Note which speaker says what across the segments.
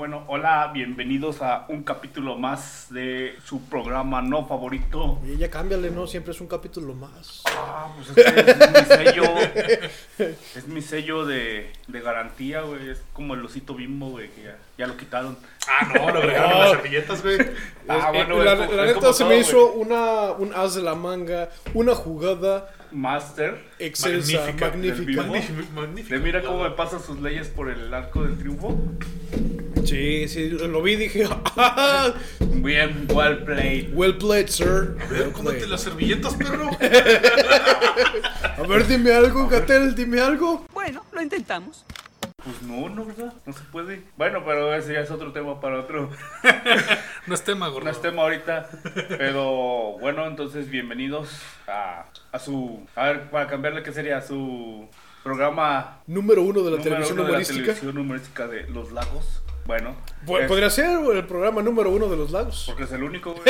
Speaker 1: bueno, hola, bienvenidos a un capítulo más de su programa no favorito.
Speaker 2: Oye, ya cámbiale, ¿no? Siempre es un capítulo más.
Speaker 1: Ah, pues es, que es mi sello. es mi sello de, de garantía, güey. Es como el osito bimbo, güey, que ya, ya lo quitaron.
Speaker 3: Ah, no, lo agregaron las servilletas, güey.
Speaker 1: Ah,
Speaker 2: Eh,
Speaker 1: bueno,
Speaker 2: la,
Speaker 1: es como-
Speaker 2: la
Speaker 1: es
Speaker 2: neta
Speaker 1: como
Speaker 2: se
Speaker 1: todo,
Speaker 2: me
Speaker 1: güey.
Speaker 2: hizo una, un as de la manga, una jugada
Speaker 1: Master.
Speaker 2: excelsa,
Speaker 3: Magnífica.
Speaker 2: magnífica.
Speaker 1: Del mismo.
Speaker 3: Magnífico, magnífico.
Speaker 1: Le mira cómo me pasan sus leyes por el arco del triunfo.
Speaker 2: Sí, sí, lo vi y dije, "Ah,
Speaker 1: Bien, well played.
Speaker 2: well played, sir.
Speaker 3: A
Speaker 2: Well
Speaker 3: ver, cómete
Speaker 2: played".
Speaker 3: las servilletas, perro.
Speaker 2: A ver, dime algo, Gatel, dime algo.
Speaker 4: Bueno, lo intentamos.
Speaker 1: Pues no, no, ¿verdad? No se puede. Bueno, pero ese ya es otro tema para otro.
Speaker 3: No es tema, gordo.
Speaker 1: No es tema ahorita, pero bueno, entonces bienvenidos a, a su. A ver, para cambiarle, ¿qué sería? A su programa
Speaker 2: Número uno de la
Speaker 1: número
Speaker 2: televisión
Speaker 1: uno de la
Speaker 2: humorística.
Speaker 1: televisión humorística de Los Lagos. Bueno,
Speaker 2: Po-
Speaker 1: es-
Speaker 2: Podría ser el programa número uno de los lagos.
Speaker 1: porque es el único, güey.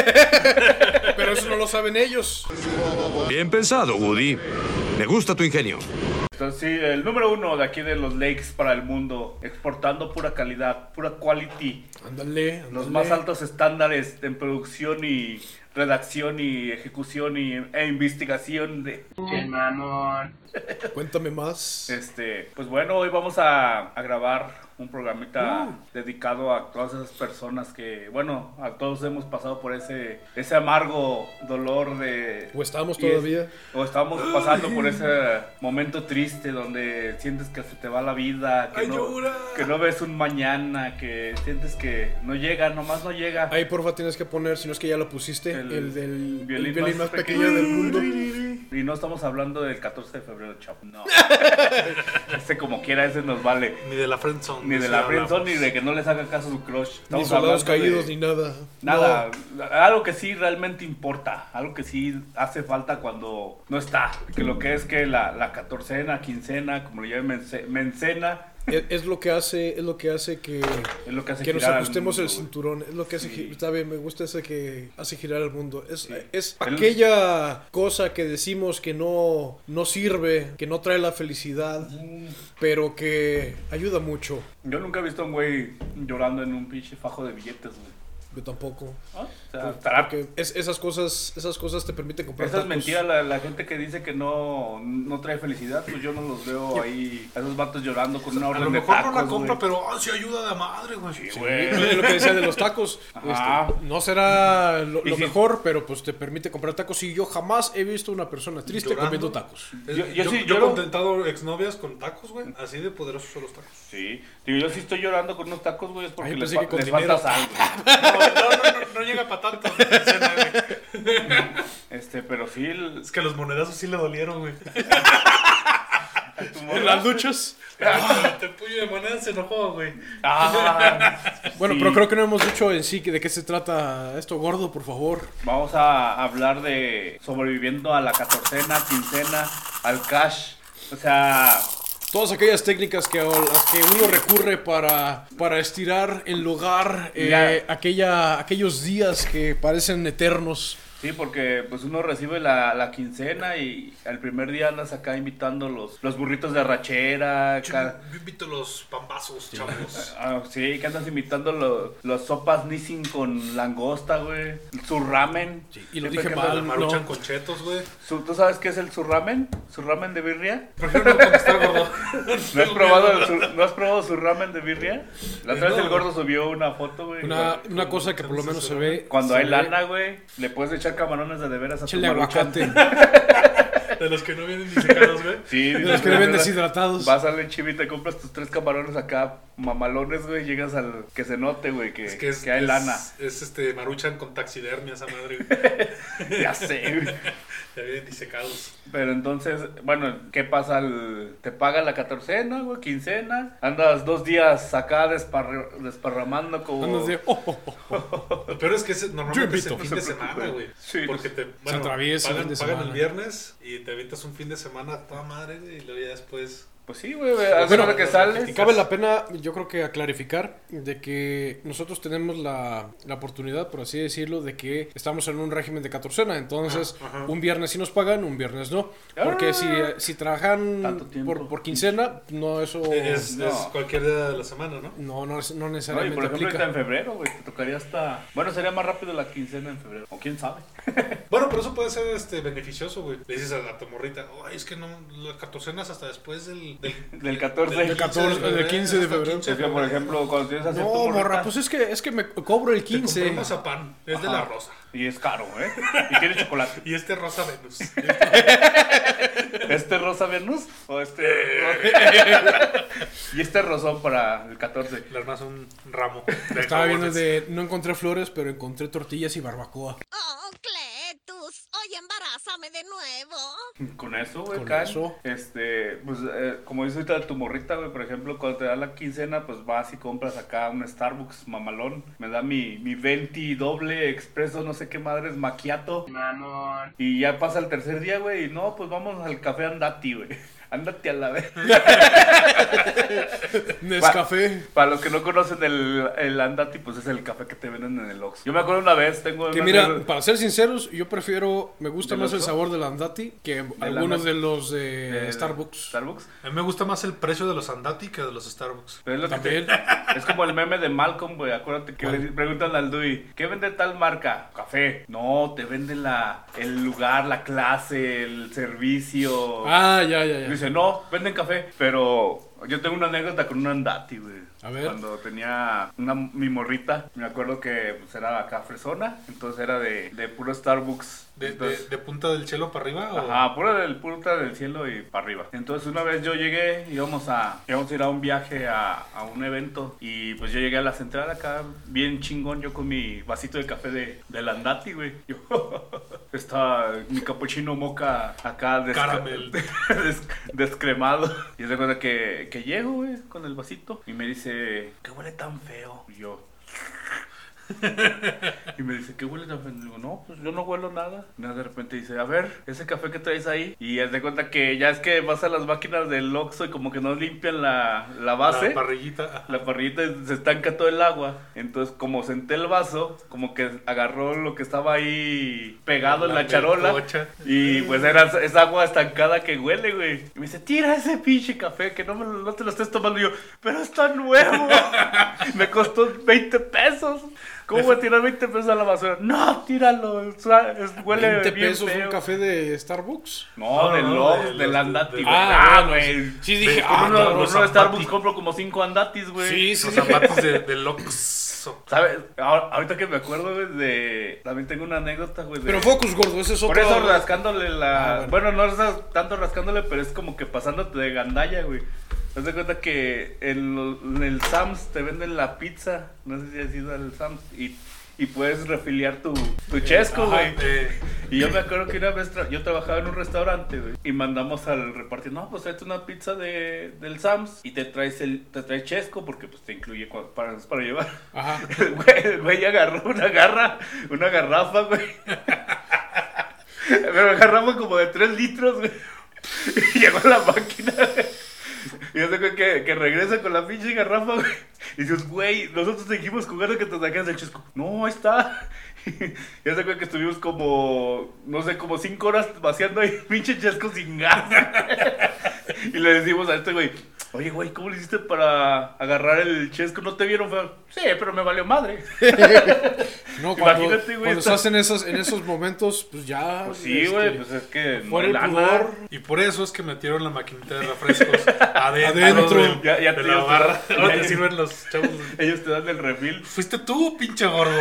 Speaker 2: Pero eso no lo saben ellos.
Speaker 5: Bien pensado, Woody. Me gusta tu ingenio.
Speaker 1: Entonces, sí, el número uno de aquí de los Lakes para el mundo, exportando pura calidad, pura quality,
Speaker 2: Ándale, ándale.
Speaker 1: los más altos estándares en producción y redacción y ejecución y, e investigación de,
Speaker 2: Cuéntame más.
Speaker 1: Este, pues bueno, hoy vamos a, a grabar un programita
Speaker 3: Mm.
Speaker 1: dedicado a todas esas personas que, bueno, a todos hemos pasado por ese, ese amargo dolor de...
Speaker 2: O estamos
Speaker 1: y es-
Speaker 2: todavía.
Speaker 1: o estamos pasando por ese momento triste donde sientes que se te va la vida, que,
Speaker 3: Ay,
Speaker 1: no,
Speaker 3: llora.
Speaker 1: que no ves un mañana, que sientes que no llega, nomás no llega.
Speaker 2: Ahí porfa tienes que poner, si no es que ya lo pusiste, el, del el violín, más, pequeño del mundo.
Speaker 1: Y no estamos hablando del 14 de febrero, chavo. No. este como quiera, ese nos vale.
Speaker 3: Ni de la Friendzone.
Speaker 1: Ni de
Speaker 3: sí
Speaker 1: la
Speaker 3: hablamos.
Speaker 1: friendzone, ni de que no les haga caso a su crush.
Speaker 2: Ni
Speaker 1: Estamos
Speaker 2: soldados
Speaker 1: hablando de
Speaker 2: caídos, ni nada.
Speaker 1: Nada, algo que sí realmente importa, algo que sí hace falta cuando no está. Que lo que es que la, la catorcena, quincena, como le llamen, mence- mencena,
Speaker 2: No, es, es lo que hace, es lo que hace que,
Speaker 1: es lo que hace
Speaker 2: que nos
Speaker 1: girar al
Speaker 2: ajustemos el
Speaker 1: mundo, güey.
Speaker 2: cinturón. Es lo que hace, gi- está bien, me gusta ese que hace girar el mundo. Es, es
Speaker 1: El-
Speaker 2: aquella cosa que decimos que no, no sirve, que no trae la felicidad, pero que ayuda mucho.
Speaker 1: Yo nunca he visto a un güey llorando en un pinche fajo de billetes, güey.
Speaker 2: Yo tampoco.
Speaker 1: ¿Ah? O sea, estará-
Speaker 2: Pues, Porque pues, es- esas cosas, esas cosas te permiten comprar.
Speaker 1: Esa es
Speaker 2: tacos.
Speaker 1: mentira, la, la gente que dice que no, no trae felicidad, pues yo no los veo ahí, a esos vatos llorando con una
Speaker 3: A
Speaker 1: orden
Speaker 3: lo
Speaker 1: de
Speaker 3: mejor no la
Speaker 1: tacos,
Speaker 3: compra,
Speaker 1: güey.
Speaker 3: pero ah, sí ayuda de madre, güey. Sí,
Speaker 2: Es lo que decía de los tacos.
Speaker 1: Ajá.
Speaker 2: Este, no será lo,
Speaker 1: Y
Speaker 2: lo
Speaker 1: si-
Speaker 2: mejor, pero pues te permite comprar tacos. Y yo jamás he visto una persona triste
Speaker 3: ¿Llorando?
Speaker 2: comiendo tacos.
Speaker 3: Es-
Speaker 1: Yo-
Speaker 3: Yo,
Speaker 1: yo sí,
Speaker 3: yo he
Speaker 1: yo-
Speaker 3: contentado exnovias con tacos, güey. Así de poderosos son los tacos.
Speaker 1: Sí, digo, yo sí estoy llorando con unos tacos, güey, es porque
Speaker 2: Ay,
Speaker 1: les,
Speaker 2: pensé
Speaker 1: fa-
Speaker 2: que con
Speaker 1: les
Speaker 2: dinero.
Speaker 1: falta sal, güey.
Speaker 3: No, no, no, no, no llega para tanto.
Speaker 1: Este, pero sí, el-
Speaker 3: Es que los monedazos sí le dolieron, güey.
Speaker 1: a tu morra-
Speaker 2: En las duchas.
Speaker 3: Te puyo de monedas se enojó, güey.
Speaker 1: Ah,
Speaker 2: Bueno,
Speaker 1: sí.
Speaker 2: pero creo que no hemos dicho en sí que de qué se trata esto, gordo, por favor.
Speaker 1: Vamos a hablar de sobreviviendo a la catorcena, quincena, al cash. O sea,
Speaker 2: Todas aquellas técnicas que, a las que uno recurre para, para estirar el hogar, eh,
Speaker 1: Ya.
Speaker 2: aquella, aquellos días que parecen eternos.
Speaker 1: sí, porque pues uno recibe la, la quincena y al primer día andas acá invitando los, los burritos de arrachera, ca-
Speaker 3: Yo invito los pambazos, chavos.
Speaker 1: Ah, sí, que andas imitando lo- los sopas Nissin con langosta, güey. Su ramen.
Speaker 2: y
Speaker 1: Siempre
Speaker 2: lo dije
Speaker 1: que
Speaker 2: mal.
Speaker 3: La
Speaker 1: andas-
Speaker 3: maruchan
Speaker 2: No.
Speaker 3: con chetos, güey.
Speaker 1: Su- ¿Tú sabes qué es el surramen? ¿Surramen de birria?
Speaker 3: Prefiero no contestar, gordo.
Speaker 1: ¿No has probado, el sur- ¿no has probado surramen de birria? La otra vez
Speaker 3: No.
Speaker 1: el gordo subió una foto, güey.
Speaker 2: Una, una cosa que por lo menos se ve.
Speaker 1: Cuando
Speaker 2: se
Speaker 1: hay
Speaker 2: ve-
Speaker 1: lana, güey, le puedes echar camarones de de veras a
Speaker 2: Échale
Speaker 1: tu maruchan.
Speaker 2: aguacate.
Speaker 3: De los que no vienen disecados, güey.
Speaker 1: Sí,
Speaker 2: De los que le ven deshidratados.
Speaker 1: Vas al chibi, te compras tus tres camarones acá, mamalones, güey, llegas al que se note, güey, que,
Speaker 3: Es que es.
Speaker 1: hay
Speaker 3: es-
Speaker 1: lana.
Speaker 3: Es este, maruchan con taxidermia, esa madre, güey.
Speaker 1: Ya sé, güey.
Speaker 3: Ya vienen disecados.
Speaker 1: Pero entonces, bueno, ¿qué pasa? El- te paga la catorcena, güey, quincena. Andas dos días acá desparra- desparramando como...
Speaker 2: Andas de, oh, oh, oh.
Speaker 3: Lo peor es que es,
Speaker 2: Yo
Speaker 3: normalmente es el
Speaker 2: invito.
Speaker 3: fin
Speaker 1: No
Speaker 3: de
Speaker 1: se
Speaker 3: semana,
Speaker 1: preocupe.
Speaker 3: güey.
Speaker 1: Sí,
Speaker 3: Porque
Speaker 1: no
Speaker 3: te bueno,
Speaker 2: atraviesa el
Speaker 3: pagan,
Speaker 2: fin de
Speaker 3: pagan el
Speaker 2: semana.
Speaker 3: viernes y te avientas un fin de semana a toda madre, güey. Y luego ya después
Speaker 1: Pues sí, güey, hace
Speaker 2: Bueno,
Speaker 1: lo que sales.
Speaker 2: Cabe la pena, yo creo que a clarificar de que nosotros tenemos la, la oportunidad, por así decirlo, de que estamos en un régimen de catorcena. Entonces, un viernes sí nos pagan, un viernes no. Porque si,
Speaker 1: Ah.
Speaker 2: si
Speaker 1: Tanto
Speaker 2: trabajan
Speaker 1: tiempo.
Speaker 2: por, por quincena, no eso...
Speaker 3: Es,
Speaker 1: Oh, No.
Speaker 3: es cualquier día de la semana, ¿no?
Speaker 2: No, no, es- no
Speaker 1: No, y
Speaker 2: necesariamente
Speaker 1: por ejemplo, ahorita
Speaker 2: aplica.
Speaker 1: en febrero, güey, te tocaría hasta. Bueno, sería más rápido la quincena en febrero. O quién sabe.
Speaker 3: Bueno, pero eso puede ser este, beneficioso, güey. Le dices a la tomorrita, ay, es que no, la catorcena es hasta después del... Del,
Speaker 1: Del 14.
Speaker 3: del
Speaker 1: Del
Speaker 2: 14, del 15 de
Speaker 3: hasta el
Speaker 2: febrero.
Speaker 3: 15
Speaker 1: Es que, por ejemplo, cuando tienes así
Speaker 2: No, morra, pues es que, es que me cobro el
Speaker 3: Te compré
Speaker 2: 15.
Speaker 3: un mazapán, es de la rosa.
Speaker 1: Y es caro, ¿eh? Y tiene chocolate.
Speaker 3: Y este rosa Venus.
Speaker 1: ¿Este rosa Venus? ¿O este.? y este rosón para el 14.
Speaker 3: Le armas un ramo. de
Speaker 2: Estaba viendo el
Speaker 3: jabones.
Speaker 2: de... No encontré flores, pero encontré tortillas y barbacoa.
Speaker 4: Oh, Cletus, hoy embarázame de nuevo.
Speaker 1: Con eso, güey,
Speaker 2: Con
Speaker 1: Con
Speaker 2: eso.
Speaker 1: Este, pues, eh, como dice ahorita tu morrita, güey, por ejemplo, cuando te da la quincena, pues vas y compras acá un Starbucks mamalón. Me da mi, mi 20 doble expreso, no sé qué madres, maquiato. Y ya pasa el tercer día, güey, y no, pues vamos al café Andati, güey. Andati a la vez.
Speaker 2: Nescafé.
Speaker 1: Para los que no conocen el, el Andati, pues es el café que te venden en el Ox. Yo me acuerdo una vez, tengo...
Speaker 2: Que
Speaker 1: una
Speaker 2: mira,
Speaker 1: anécdota
Speaker 2: para ser sinceros, yo prefiero, me gusta
Speaker 1: ¿Del
Speaker 2: más el
Speaker 1: Oxxo?
Speaker 2: sabor del andati que algunos
Speaker 1: Andati.
Speaker 2: de los de,
Speaker 1: de-
Speaker 2: eh, Starbucks.
Speaker 1: Starbucks.
Speaker 3: A mí me gusta más el precio de los Andati que de los Starbucks.
Speaker 1: Pero es lo que
Speaker 2: También.
Speaker 1: te- es como el meme de Malcolm, güey. Acuérdate que le preguntan al Dewey, ¿qué vende tal marca? Café. No, te vende la, el lugar, la clase, el servicio.
Speaker 2: Ah, ya, ya,
Speaker 1: Y
Speaker 2: ya.
Speaker 1: Dice, no, venden café. Pero yo tengo una anécdota con un andati, güey.
Speaker 2: A ver.
Speaker 1: Cuando tenía una, mi morrita, me acuerdo que pues, era acá fresona, entonces era de, de puro Starbucks.
Speaker 3: De,
Speaker 1: Entonces-
Speaker 3: de- de punta del cielo para arriba o
Speaker 1: Ajá, pura del puta del cielo y para arriba. Entonces una vez yo llegué, íbamos a, íbamos a ir a un viaje a, a un evento y pues yo llegué a la central acá, bien chingón, yo con mi vasito de café de, del Andati, güey. Yo, está mi capuchino moca acá desca-
Speaker 3: Caramel.
Speaker 1: des- descremado. Y recuerda que, que llego, güey, con el vasito y me dice, ¿qué huele tan feo? Y yo, y me dice, ¿qué huele tan feo? Y digo, no, pues yo no huelo nada. Y de repente dice, a ver, ese café que traes ahí. Y haz de cuenta que ya es que vas a las máquinas del Oxxo y como que no limpian la, la
Speaker 3: la
Speaker 1: base.
Speaker 3: parrillita. ajá.
Speaker 1: La parrillita y se estanca todo el agua. Entonces, como senté el vaso, como que agarró lo que estaba ahí pegado en
Speaker 3: La
Speaker 1: la charola.
Speaker 3: melcocha.
Speaker 1: Y pues era esa agua estancada que huele, güey. Y me dice, tira ese pinche café que no, me lo- no te lo estés tomando. Y yo, pero está nuevo. me costó 20 pesos. ¿Cómo voy a tirar 20 pesos a la basura? No, tíralo. es- es- huele
Speaker 2: 20
Speaker 1: bien
Speaker 2: pesos
Speaker 1: feo".
Speaker 2: un café de Starbucks.
Speaker 1: No,
Speaker 3: No,
Speaker 1: del
Speaker 3: no,
Speaker 1: Lux,
Speaker 3: de los-
Speaker 1: del
Speaker 3: de-
Speaker 1: Andati,
Speaker 3: de-
Speaker 1: güey.
Speaker 2: Ah,
Speaker 1: Ah,
Speaker 2: bueno,
Speaker 1: güey.
Speaker 2: sí dije,
Speaker 1: Con
Speaker 2: ah,
Speaker 1: uno,
Speaker 2: claro,
Speaker 1: con
Speaker 3: los
Speaker 1: uno de Starbucks
Speaker 3: Andati.
Speaker 1: compro como 5 Andatis, güey.
Speaker 2: Sí, sí,
Speaker 3: Los
Speaker 2: sí.
Speaker 3: zapatos de, del Oxxo.
Speaker 1: ¿Sabes? Ahor- ahorita que me acuerdo, güey, de. También tengo una anécdota, güey. de-
Speaker 2: Pero focus, gordo, ese es
Speaker 1: Por
Speaker 2: otro.
Speaker 1: eso rascándole la.
Speaker 2: Ah,
Speaker 1: bueno. no estás tanto rascándole, pero es como que pasándote de gandalla, güey. Haz de cuenta que en, lo- en el Sams te venden la pizza. No sé si has ido al Sams. Y, y puedes refiliar tu, tu chesco,
Speaker 3: Ajá,
Speaker 1: güey.
Speaker 3: eh,
Speaker 1: Y yo me acuerdo que una vez tra- yo trabajaba en un restaurante, güey, y mandamos al repartir, no, pues tráete una pizza de, del Sams y te traes el, te traes chesco porque pues te incluye cua- para, para llevar.
Speaker 2: Ajá.
Speaker 1: El güey, el güey agarró una garra, una garrafa, güey. Pero agarramos como de 3 litros, güey. Y llegó a la máquina, güey. Y yo sé que, que regresa con la pinche garrafa, güey. Y dices, güey, nosotros dijimos jugando que te sacas del chusco. No, ahí está. Y yo sé que estuvimos como, no sé, como 5 horas vaciando ahí, pinche chesco sin gas. Y le decimos a este güey, oye, güey, ¿cómo le hiciste para agarrar el chesco? ¿No te vieron? Fue, sí, pero me valió madre.
Speaker 2: No, cuando,
Speaker 1: Imagínate, güey,
Speaker 2: cuando
Speaker 1: está-
Speaker 2: estás en esos, en esos momentos, pues ya.
Speaker 1: Pues sí,
Speaker 2: este,
Speaker 1: güey, pues es que no
Speaker 2: fuera
Speaker 1: hay
Speaker 2: el
Speaker 1: lana.
Speaker 2: pudor.
Speaker 3: y por eso es que metieron la maquinita de refrescos adentro,
Speaker 2: Adentro.
Speaker 3: del-
Speaker 1: Ya- ya
Speaker 3: de
Speaker 1: te-
Speaker 3: la
Speaker 1: ya-
Speaker 3: barra.
Speaker 1: ya-
Speaker 3: Ahora te sirven los chavos.
Speaker 1: Ellos te dan el refil.
Speaker 3: Fuiste tú, pinche gordo.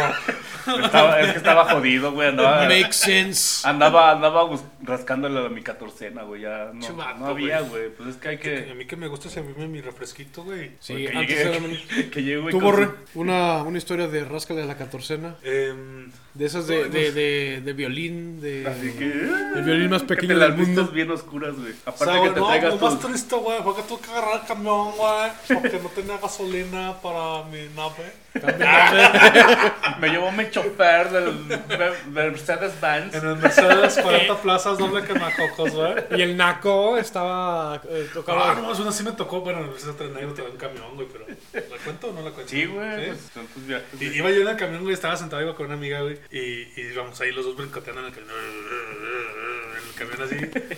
Speaker 1: Estaba- es que estaba jodido, güey. Andaba,
Speaker 2: Makes sense.
Speaker 1: andaba, andaba bus- rascándole a mi catorcena, güey. Ya no,
Speaker 3: Chivato,
Speaker 1: no había, güey. Pues es que hay
Speaker 3: Que- A
Speaker 1: que.
Speaker 3: mí que me gusta ese servirme mi refresquito, güey.
Speaker 2: Sí,
Speaker 1: Porque
Speaker 2: antes
Speaker 1: llegué-
Speaker 2: era menos.
Speaker 1: Que llegó
Speaker 2: Tú borre una, una historia de Ráscale a la catorcena.
Speaker 3: Em,
Speaker 2: De esas de, de, de, de violín, de.
Speaker 1: Así que. El
Speaker 2: violín más
Speaker 1: que
Speaker 2: pequeño
Speaker 1: te las
Speaker 2: del mundo.
Speaker 1: vistas bien oscuras, güey. Aparte
Speaker 3: Sao,
Speaker 1: que te
Speaker 3: no,
Speaker 1: traigas
Speaker 3: lo más
Speaker 1: tus-
Speaker 3: triste, güey, fue que tuve que agarrar el camión, güey, porque no tenía gasolina para mi nave.
Speaker 1: Ah. Me llevó mi chofer del, del Mercedes Benz.
Speaker 3: En el Mercedes 40 plazas, doble quemacocos, güey.
Speaker 2: Y el Naco estaba. eh, tocaba.
Speaker 3: Ah, no, es una sí me tocó, bueno, esa otra anécdota de un camión, güey, pero ¿la cuento o no la cuento?
Speaker 1: Sí, güey. pues, son tus viajes,
Speaker 3: Y
Speaker 1: güey.
Speaker 3: iba yo en el camión, güey, estaba sentado, iba con una amiga, güey, y, y íbamos ahí los dos brincoteando en el camión, en el camión así,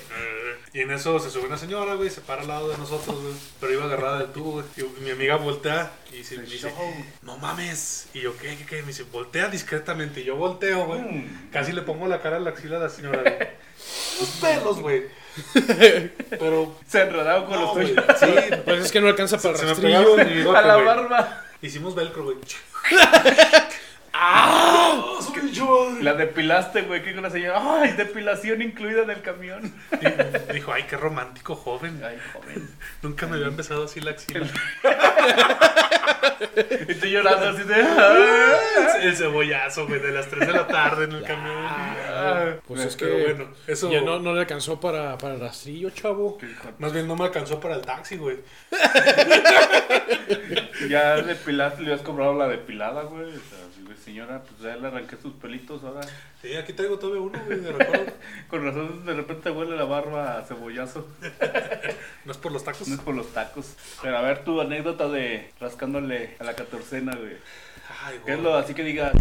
Speaker 3: y en eso se sube una señora, güey, se para al lado de nosotros, güey, pero iba agarrada del tubo, güey, y mi amiga voltea y se, me dice, no mames, y yo, ¿qué, qué, qué? Me dice, voltea discretamente, y yo volteo, güey, casi le pongo la cara a la axila a la señora, güey, Mm. los pelos, güey, pero...
Speaker 1: Se enredaron con
Speaker 3: no,
Speaker 1: los
Speaker 3: güey,
Speaker 1: tuyos.
Speaker 3: sí,
Speaker 2: Pues es que no alcanza para el
Speaker 3: se me
Speaker 2: rastrillo.
Speaker 3: pegaron en mi
Speaker 1: A
Speaker 3: bigote,
Speaker 1: la
Speaker 3: güey.
Speaker 1: barba.
Speaker 3: Hicimos velcro, güey. ¡Ah! ¡Soy yo!
Speaker 1: La depilaste, güey. ¿Qué con la señora? ¡Ay! Depilación incluida en el camión.
Speaker 3: Y Dijo, ay, qué romántico, joven.
Speaker 1: Ay, joven.
Speaker 3: Nunca me había empezado así la axila.
Speaker 1: Y tú llorando así de. "Ay".
Speaker 3: El cebollazo, güey, de las 3 de la tarde en el camión. Ah,
Speaker 2: Pues es que.
Speaker 3: pero bueno, eso-
Speaker 2: Ya no, no le alcanzó para, para el rastrillo, chavo.
Speaker 3: Más bien no me alcanzó para el taxi, güey.
Speaker 1: Ya depilaste, le has cobrado la depilada, güey. O sea, así, güey, señora, pues ya le arranqué sus pelitos ahora.
Speaker 3: Sí, aquí traigo todavía uno, güey, de recuerdo.
Speaker 1: Con razón, de repente huele la barba a cebollazo.
Speaker 3: No es por los tacos.
Speaker 1: No es por los tacos. Pero a ver tu anécdota de rascándole a la catorcena, güey.
Speaker 3: Ay,
Speaker 1: ¿Qué es
Speaker 3: güey.
Speaker 1: lo así que diga?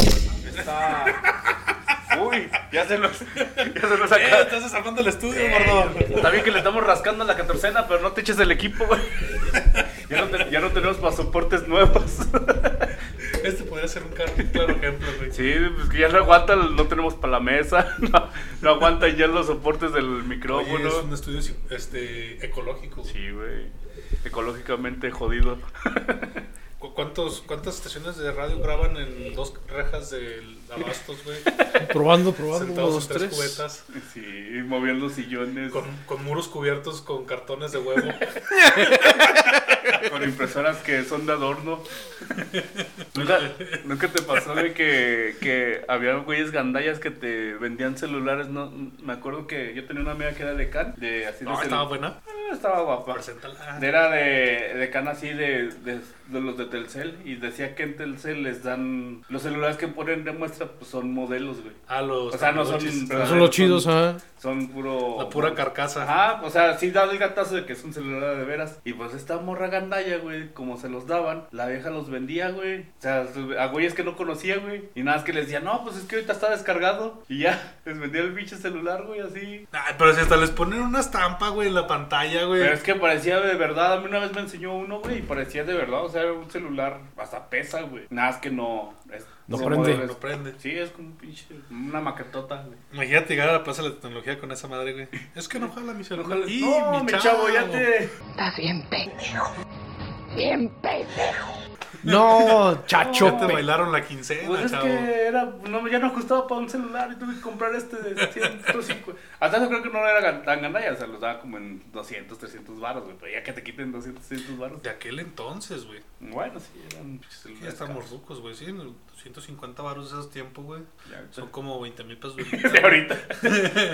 Speaker 1: Está. Uy, ya se los. Ya se los
Speaker 3: Eh,
Speaker 1: saca.
Speaker 3: estás desarmando el estudio, gordo.
Speaker 1: Está bien que le estamos rascando a la catorcena, pero no te eches el equipo, güey. Ya no, te- ya no tenemos pasaportes nuevos.
Speaker 3: Este podría ser un car- claro ejemplo, güey.
Speaker 1: Sí, pues que ya no aguanta, no tenemos para la mesa, no, no aguantan ya los soportes del
Speaker 3: Oye,
Speaker 1: micrófono.
Speaker 3: es un estudio este, ecológico.
Speaker 1: Sí, güey. Ecológicamente jodido.
Speaker 3: ¿Cu- ¿Cuántos, ¿Cuántas estaciones de radio graban en dos rejas de abastos, güey?
Speaker 2: Probando, probando. uno,
Speaker 3: Sentados
Speaker 2: dos,
Speaker 3: en tres
Speaker 2: tres.
Speaker 3: cubetas,
Speaker 1: Sí, moviendo sillones
Speaker 3: con,
Speaker 1: con,
Speaker 3: con muros cubiertos con cartones de huevo.
Speaker 1: impresoras que son de adorno. ¿Nunca, nunca te pasó de que, que había güeyes gandallas que te vendían celulares? No, me acuerdo que yo tenía una amiga que era de Can, de así de
Speaker 3: No,
Speaker 1: celu-
Speaker 3: estaba buena.
Speaker 1: Ah, estaba guapa.
Speaker 3: Preséntala.
Speaker 1: Era de, de can así de, de- de los de Telcel y decía que en Telcel les dan los celulares que ponen de muestra pues son modelos, güey.
Speaker 3: A Ah, los
Speaker 1: O sea, no son-
Speaker 3: tamagotchis.
Speaker 1: pero-
Speaker 2: Son los chidos, ¿ah? ajá.
Speaker 1: Son puro
Speaker 3: La pura carcasa.
Speaker 1: Ajá, o sea, sí da el gatazo de que es un celular de veras. Y pues esta morra gandalla, güey, como se los daban, la vieja los vendía, güey. O sea, a güeyes que no conocía, güey. Y nada más que les decía, no, pues es que ahorita está descargado. Y ya, les vendía el pinche celular, güey, así.
Speaker 3: Ay, pero si hasta les ponen una estampa, güey, en la pantalla, güey.
Speaker 1: Pero es que parecía de verdad, a mí una vez me enseñó uno, güey, y parecía de verdad, o sea, era un celular hasta pesa, güey. Nada, es que no... es-
Speaker 2: No
Speaker 1: ese
Speaker 2: prende.
Speaker 1: modelo es-
Speaker 3: No prende.
Speaker 1: Sí, es como un pinche, una maquetota, güey.
Speaker 3: Imagínate llegar a la plaza de la tecnología con esa madre, güey. Es que no jala mi celular.
Speaker 1: Ojalá-
Speaker 3: Y
Speaker 1: no, mi chavo, ya te...
Speaker 4: Estás bien pendejo. Bien pendejo.
Speaker 2: No, chacho.
Speaker 3: Ya te
Speaker 2: pe-
Speaker 3: bailaron la quincena,
Speaker 1: Pues es
Speaker 3: chavo.
Speaker 1: que era, no, ya no ajustaba para un celular y tuve que comprar este de 105. Hasta eso creo que no era gan- tan gandalla, o sea, los daba como en 200, 300 baros, güey. Pero ya que te quiten 200, 300 baros.
Speaker 3: De aquel entonces, güey.
Speaker 1: Bueno, sí, eran pinches
Speaker 3: Ya
Speaker 1: celulares
Speaker 3: estamos
Speaker 1: caros.
Speaker 3: rucos, güey. Sí, en el 250 baros de esos tiempos, güey.
Speaker 1: Ya,
Speaker 3: Son como 20 mil pesos.
Speaker 1: De ahorita.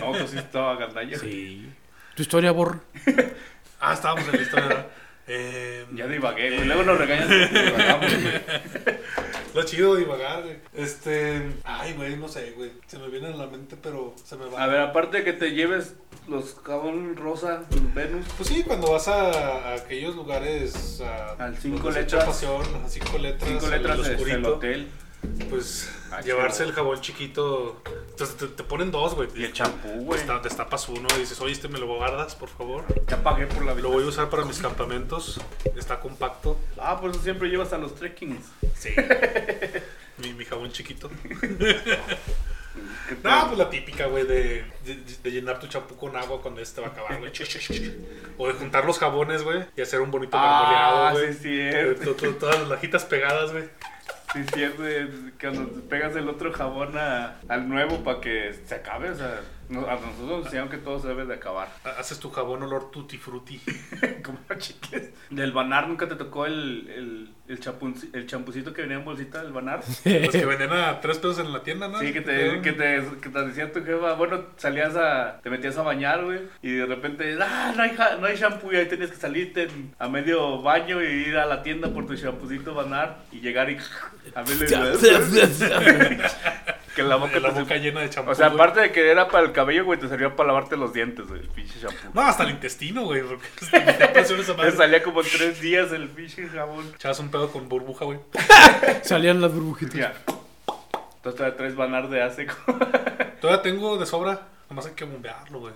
Speaker 1: No, pues sí estaba gandalla.
Speaker 2: Sí. Tu historia, Bor.
Speaker 3: Ah, estábamos en la historia, ¿verdad? Eh,
Speaker 1: Ya divagué, güey. Luego nos regañan. porque divagamos, güey.
Speaker 3: Lo chido de divagar, güey. Este. Ay, güey, no sé, güey. Se me viene a la mente, pero se me va.
Speaker 1: A ver, aparte de que te lleves los jabón rosa, los Venus.
Speaker 3: Pues sí, cuando vas a, a aquellos lugares. A,
Speaker 1: Al cinco
Speaker 3: donde se echa
Speaker 1: letras.
Speaker 3: pasión, a cinco letras.
Speaker 1: Cinco
Speaker 3: al
Speaker 1: letras es el
Speaker 3: Ah, oscurito,
Speaker 1: hotel
Speaker 3: Pues
Speaker 1: Ah,
Speaker 3: llevarse
Speaker 1: chido.
Speaker 3: el jabón chiquito. Entonces te, te ponen dos, güey.
Speaker 1: y el champú, güey.
Speaker 3: Desta- Destapas uno y dices, oye, este me lo guardas, por favor.
Speaker 1: Ya pagué por la
Speaker 3: Lo voy a
Speaker 1: habitación.
Speaker 3: usar para mis campamentos. Está compacto.
Speaker 1: Ah, por eso siempre llevas a los trekkings.
Speaker 3: Sí. mi, mi jabón chiquito.
Speaker 1: Que te-
Speaker 3: No, pues la típica, güey, de, de, de llenar tu champú con agua cuando este va a acabar, güey. O de juntar los jabones, güey, y hacer un bonito
Speaker 1: Ah,
Speaker 3: marmoleado, güey.
Speaker 1: sí, cierto.
Speaker 3: To- to- Todas las lajitas pegadas, güey.
Speaker 1: Sí, cierto, eh, cuando pegas el otro jabón a- al nuevo para que se acabe, o sea, No, a nosotros nos enseñaron que todo se debe de acabar.
Speaker 3: Ha- Haces tu jabón olor tutti frutti.
Speaker 1: Como los chicles. Del banar nunca te tocó el, el, el, chapunci- el champucito que venía en bolsita del banar. Sí,
Speaker 3: Los que vendían a tres pesos en la tienda, ¿no?
Speaker 1: que te, que te, que te decía tu jefa, bueno, salías a, te metías a bañar, güey, y de repente, ah, no hay, ja- no hay shampoo, y ahí tenías que salirte a medio baño y ir a la tienda por tu champucito banar y llegar y a mí que la boca,
Speaker 3: Con La
Speaker 1: te-
Speaker 3: boca llena de champú.
Speaker 1: O sea,
Speaker 3: güey.
Speaker 1: aparte de que era para el cabello, güey, te servía para lavarte los dientes, güey, el pinche shampoo.
Speaker 3: No, hasta el intestino, güey. Porque te presiona esa
Speaker 1: Te
Speaker 3: madre.
Speaker 1: salía como en tres días el pinche jabón.
Speaker 3: Echabas un pedo con burbuja, güey.
Speaker 2: Salían las burbujitas.
Speaker 1: Ya. Entonces todavía traes banar de hace como-
Speaker 3: Todavía tengo de sobra. Nomás hay que bombearlo, güey.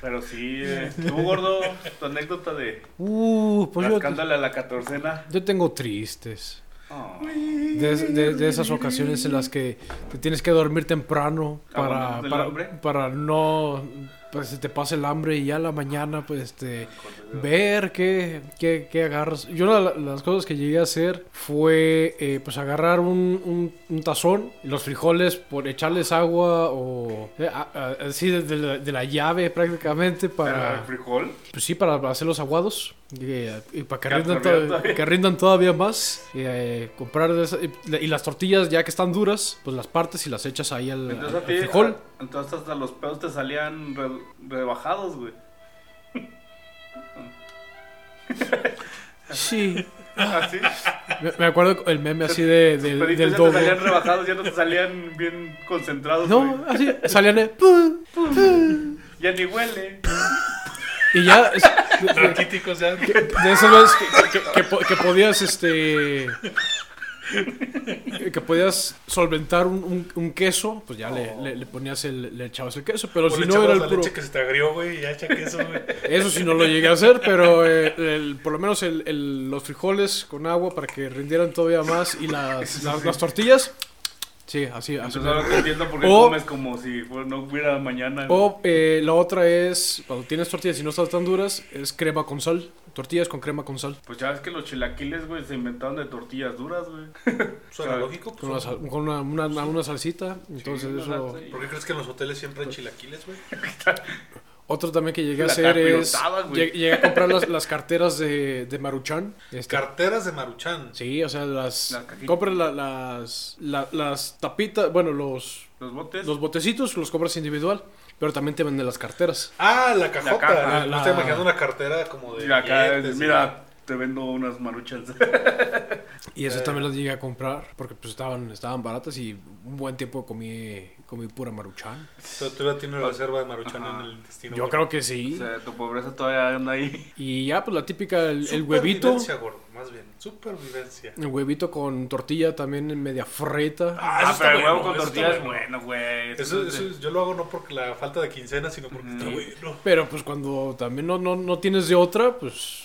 Speaker 1: Pero sí, eh. tú, gordo, tu anécdota de
Speaker 2: Uh, pues yo,
Speaker 1: rascándole a la catorcena.
Speaker 2: yo tengo tristes.
Speaker 1: Oh.
Speaker 2: De, de- de esas ocasiones en las que te tienes que dormir temprano para,
Speaker 1: Aguantar el Ah, hambre.
Speaker 2: para, para no pues, se te pase el hambre y ya a la mañana pues este ver qué, qué, qué agarras. Yo la- las cosas que llegué a hacer fue eh, pues agarrar un, un- un tazón, los frijoles por echarles agua o eh, a- a- así de, de la, de la llave prácticamente
Speaker 1: Pero el
Speaker 2: para
Speaker 1: frijol.
Speaker 2: pues sí, para hacerlos aguados y, eh, y para que
Speaker 1: Que
Speaker 2: rindan,
Speaker 1: absorbió
Speaker 2: to-
Speaker 1: todavía.
Speaker 2: que rindan todavía más. Y, eh, comprar de esa- y, y las tortillas, ya que están duras, pues las partes y las echas ahí al,
Speaker 1: Entonces
Speaker 2: al
Speaker 1: a ti,
Speaker 2: frijol.
Speaker 1: entonces hasta los pedos te salían re- rebajados, güey.
Speaker 2: Sí.
Speaker 1: Así.
Speaker 2: Me, me acuerdo el meme así de, del-
Speaker 1: Los peditos
Speaker 2: del
Speaker 1: ya te salían
Speaker 2: doble.
Speaker 1: rebajados, ya no te salían bien concentrados,
Speaker 2: No,
Speaker 1: güey.
Speaker 2: así, salían eh, de, "Pu, pu".
Speaker 1: Ya ni huele.
Speaker 2: Y ya, es- de, de-
Speaker 3: Raquíticos ya.
Speaker 2: de esas veces que, que- que po- que podías, este... Que podías solventar un, un- un queso, pues ya
Speaker 1: Oh.
Speaker 2: le, le- le ponías el, le echabas el queso, pero
Speaker 3: O
Speaker 2: si
Speaker 3: le
Speaker 2: no era
Speaker 3: echabas
Speaker 2: el
Speaker 3: la
Speaker 2: puro.
Speaker 3: leche que se te agrió, güey. Y ya echa queso, güey.
Speaker 2: Eso sí no lo llegué a hacer, pero eh, el- por lo menos el- el- los frijoles con agua para que rindieran todavía más y las, las, las tortillas. Sí, así. así
Speaker 1: Entonces ahora te entiendo por qué
Speaker 2: O-
Speaker 1: comes como si fuera- no hubiera mañana. güey.
Speaker 2: o eh, la otra es, cuando tienes tortillas y no están tan duras, es crema con sal. Tortillas con crema con sal.
Speaker 1: Pues ya ves que los chilaquiles, güey, se inventaron de tortillas duras, güey.
Speaker 3: Suena lógico,
Speaker 2: Con, una,
Speaker 3: pues.
Speaker 2: sal- con una, una- una- una salsicita. Entonces
Speaker 1: Sí,
Speaker 2: eso...
Speaker 1: o sea, sí.
Speaker 3: ¿Por qué crees que en los hoteles siempre hay chilaquiles, güey?
Speaker 2: Otro también que llegué a
Speaker 1: La
Speaker 2: hacer es...
Speaker 1: tapiotada, güey.
Speaker 2: lleg- Llegué a comprar las, las carteras de, de Maruchan. Este,
Speaker 3: Carteras de Maruchan.
Speaker 2: sí, o sea, las...
Speaker 1: Las cajitas.
Speaker 2: compras la- las, la- las tapitas, bueno, los...
Speaker 1: Los botes.
Speaker 2: Los botecitos los compras individual, pero también te venden las carteras.
Speaker 3: Ah, la cajota.
Speaker 1: caja,
Speaker 3: güey. Me
Speaker 2: la-
Speaker 3: estoy imaginando una cartera como de.
Speaker 1: Mira, acá,
Speaker 3: billetes,
Speaker 1: mira, te vendo unas maruchas.
Speaker 2: Y
Speaker 1: Eh.
Speaker 2: esas también las llegué a comprar porque pues estaban, estaban baratas y un buen tiempo comí, comí pura maruchan.
Speaker 3: Pero tú ya tienes reserva de Maruchan en el intestino.
Speaker 2: Yo
Speaker 3: güey.
Speaker 2: creo que
Speaker 1: O
Speaker 2: sí.
Speaker 1: sea, tu pobreza todavía anda ahí.
Speaker 2: Y ya pues la típica, el, el huevito.
Speaker 3: Supervivencia, gordo, más bien. Supervivencia.
Speaker 2: El huevito con tortilla también en media frita.
Speaker 1: Ah,
Speaker 3: está
Speaker 1: pero el huevo
Speaker 3: bueno,
Speaker 1: con
Speaker 3: eso
Speaker 1: tortilla
Speaker 3: está
Speaker 1: es bueno, güey.
Speaker 3: Eso,
Speaker 1: es-
Speaker 2: eh.
Speaker 3: eso yo lo hago no por la falta de quincena, sino porque está bueno.
Speaker 2: Pero pues cuando también no, no, no tienes de otra, pues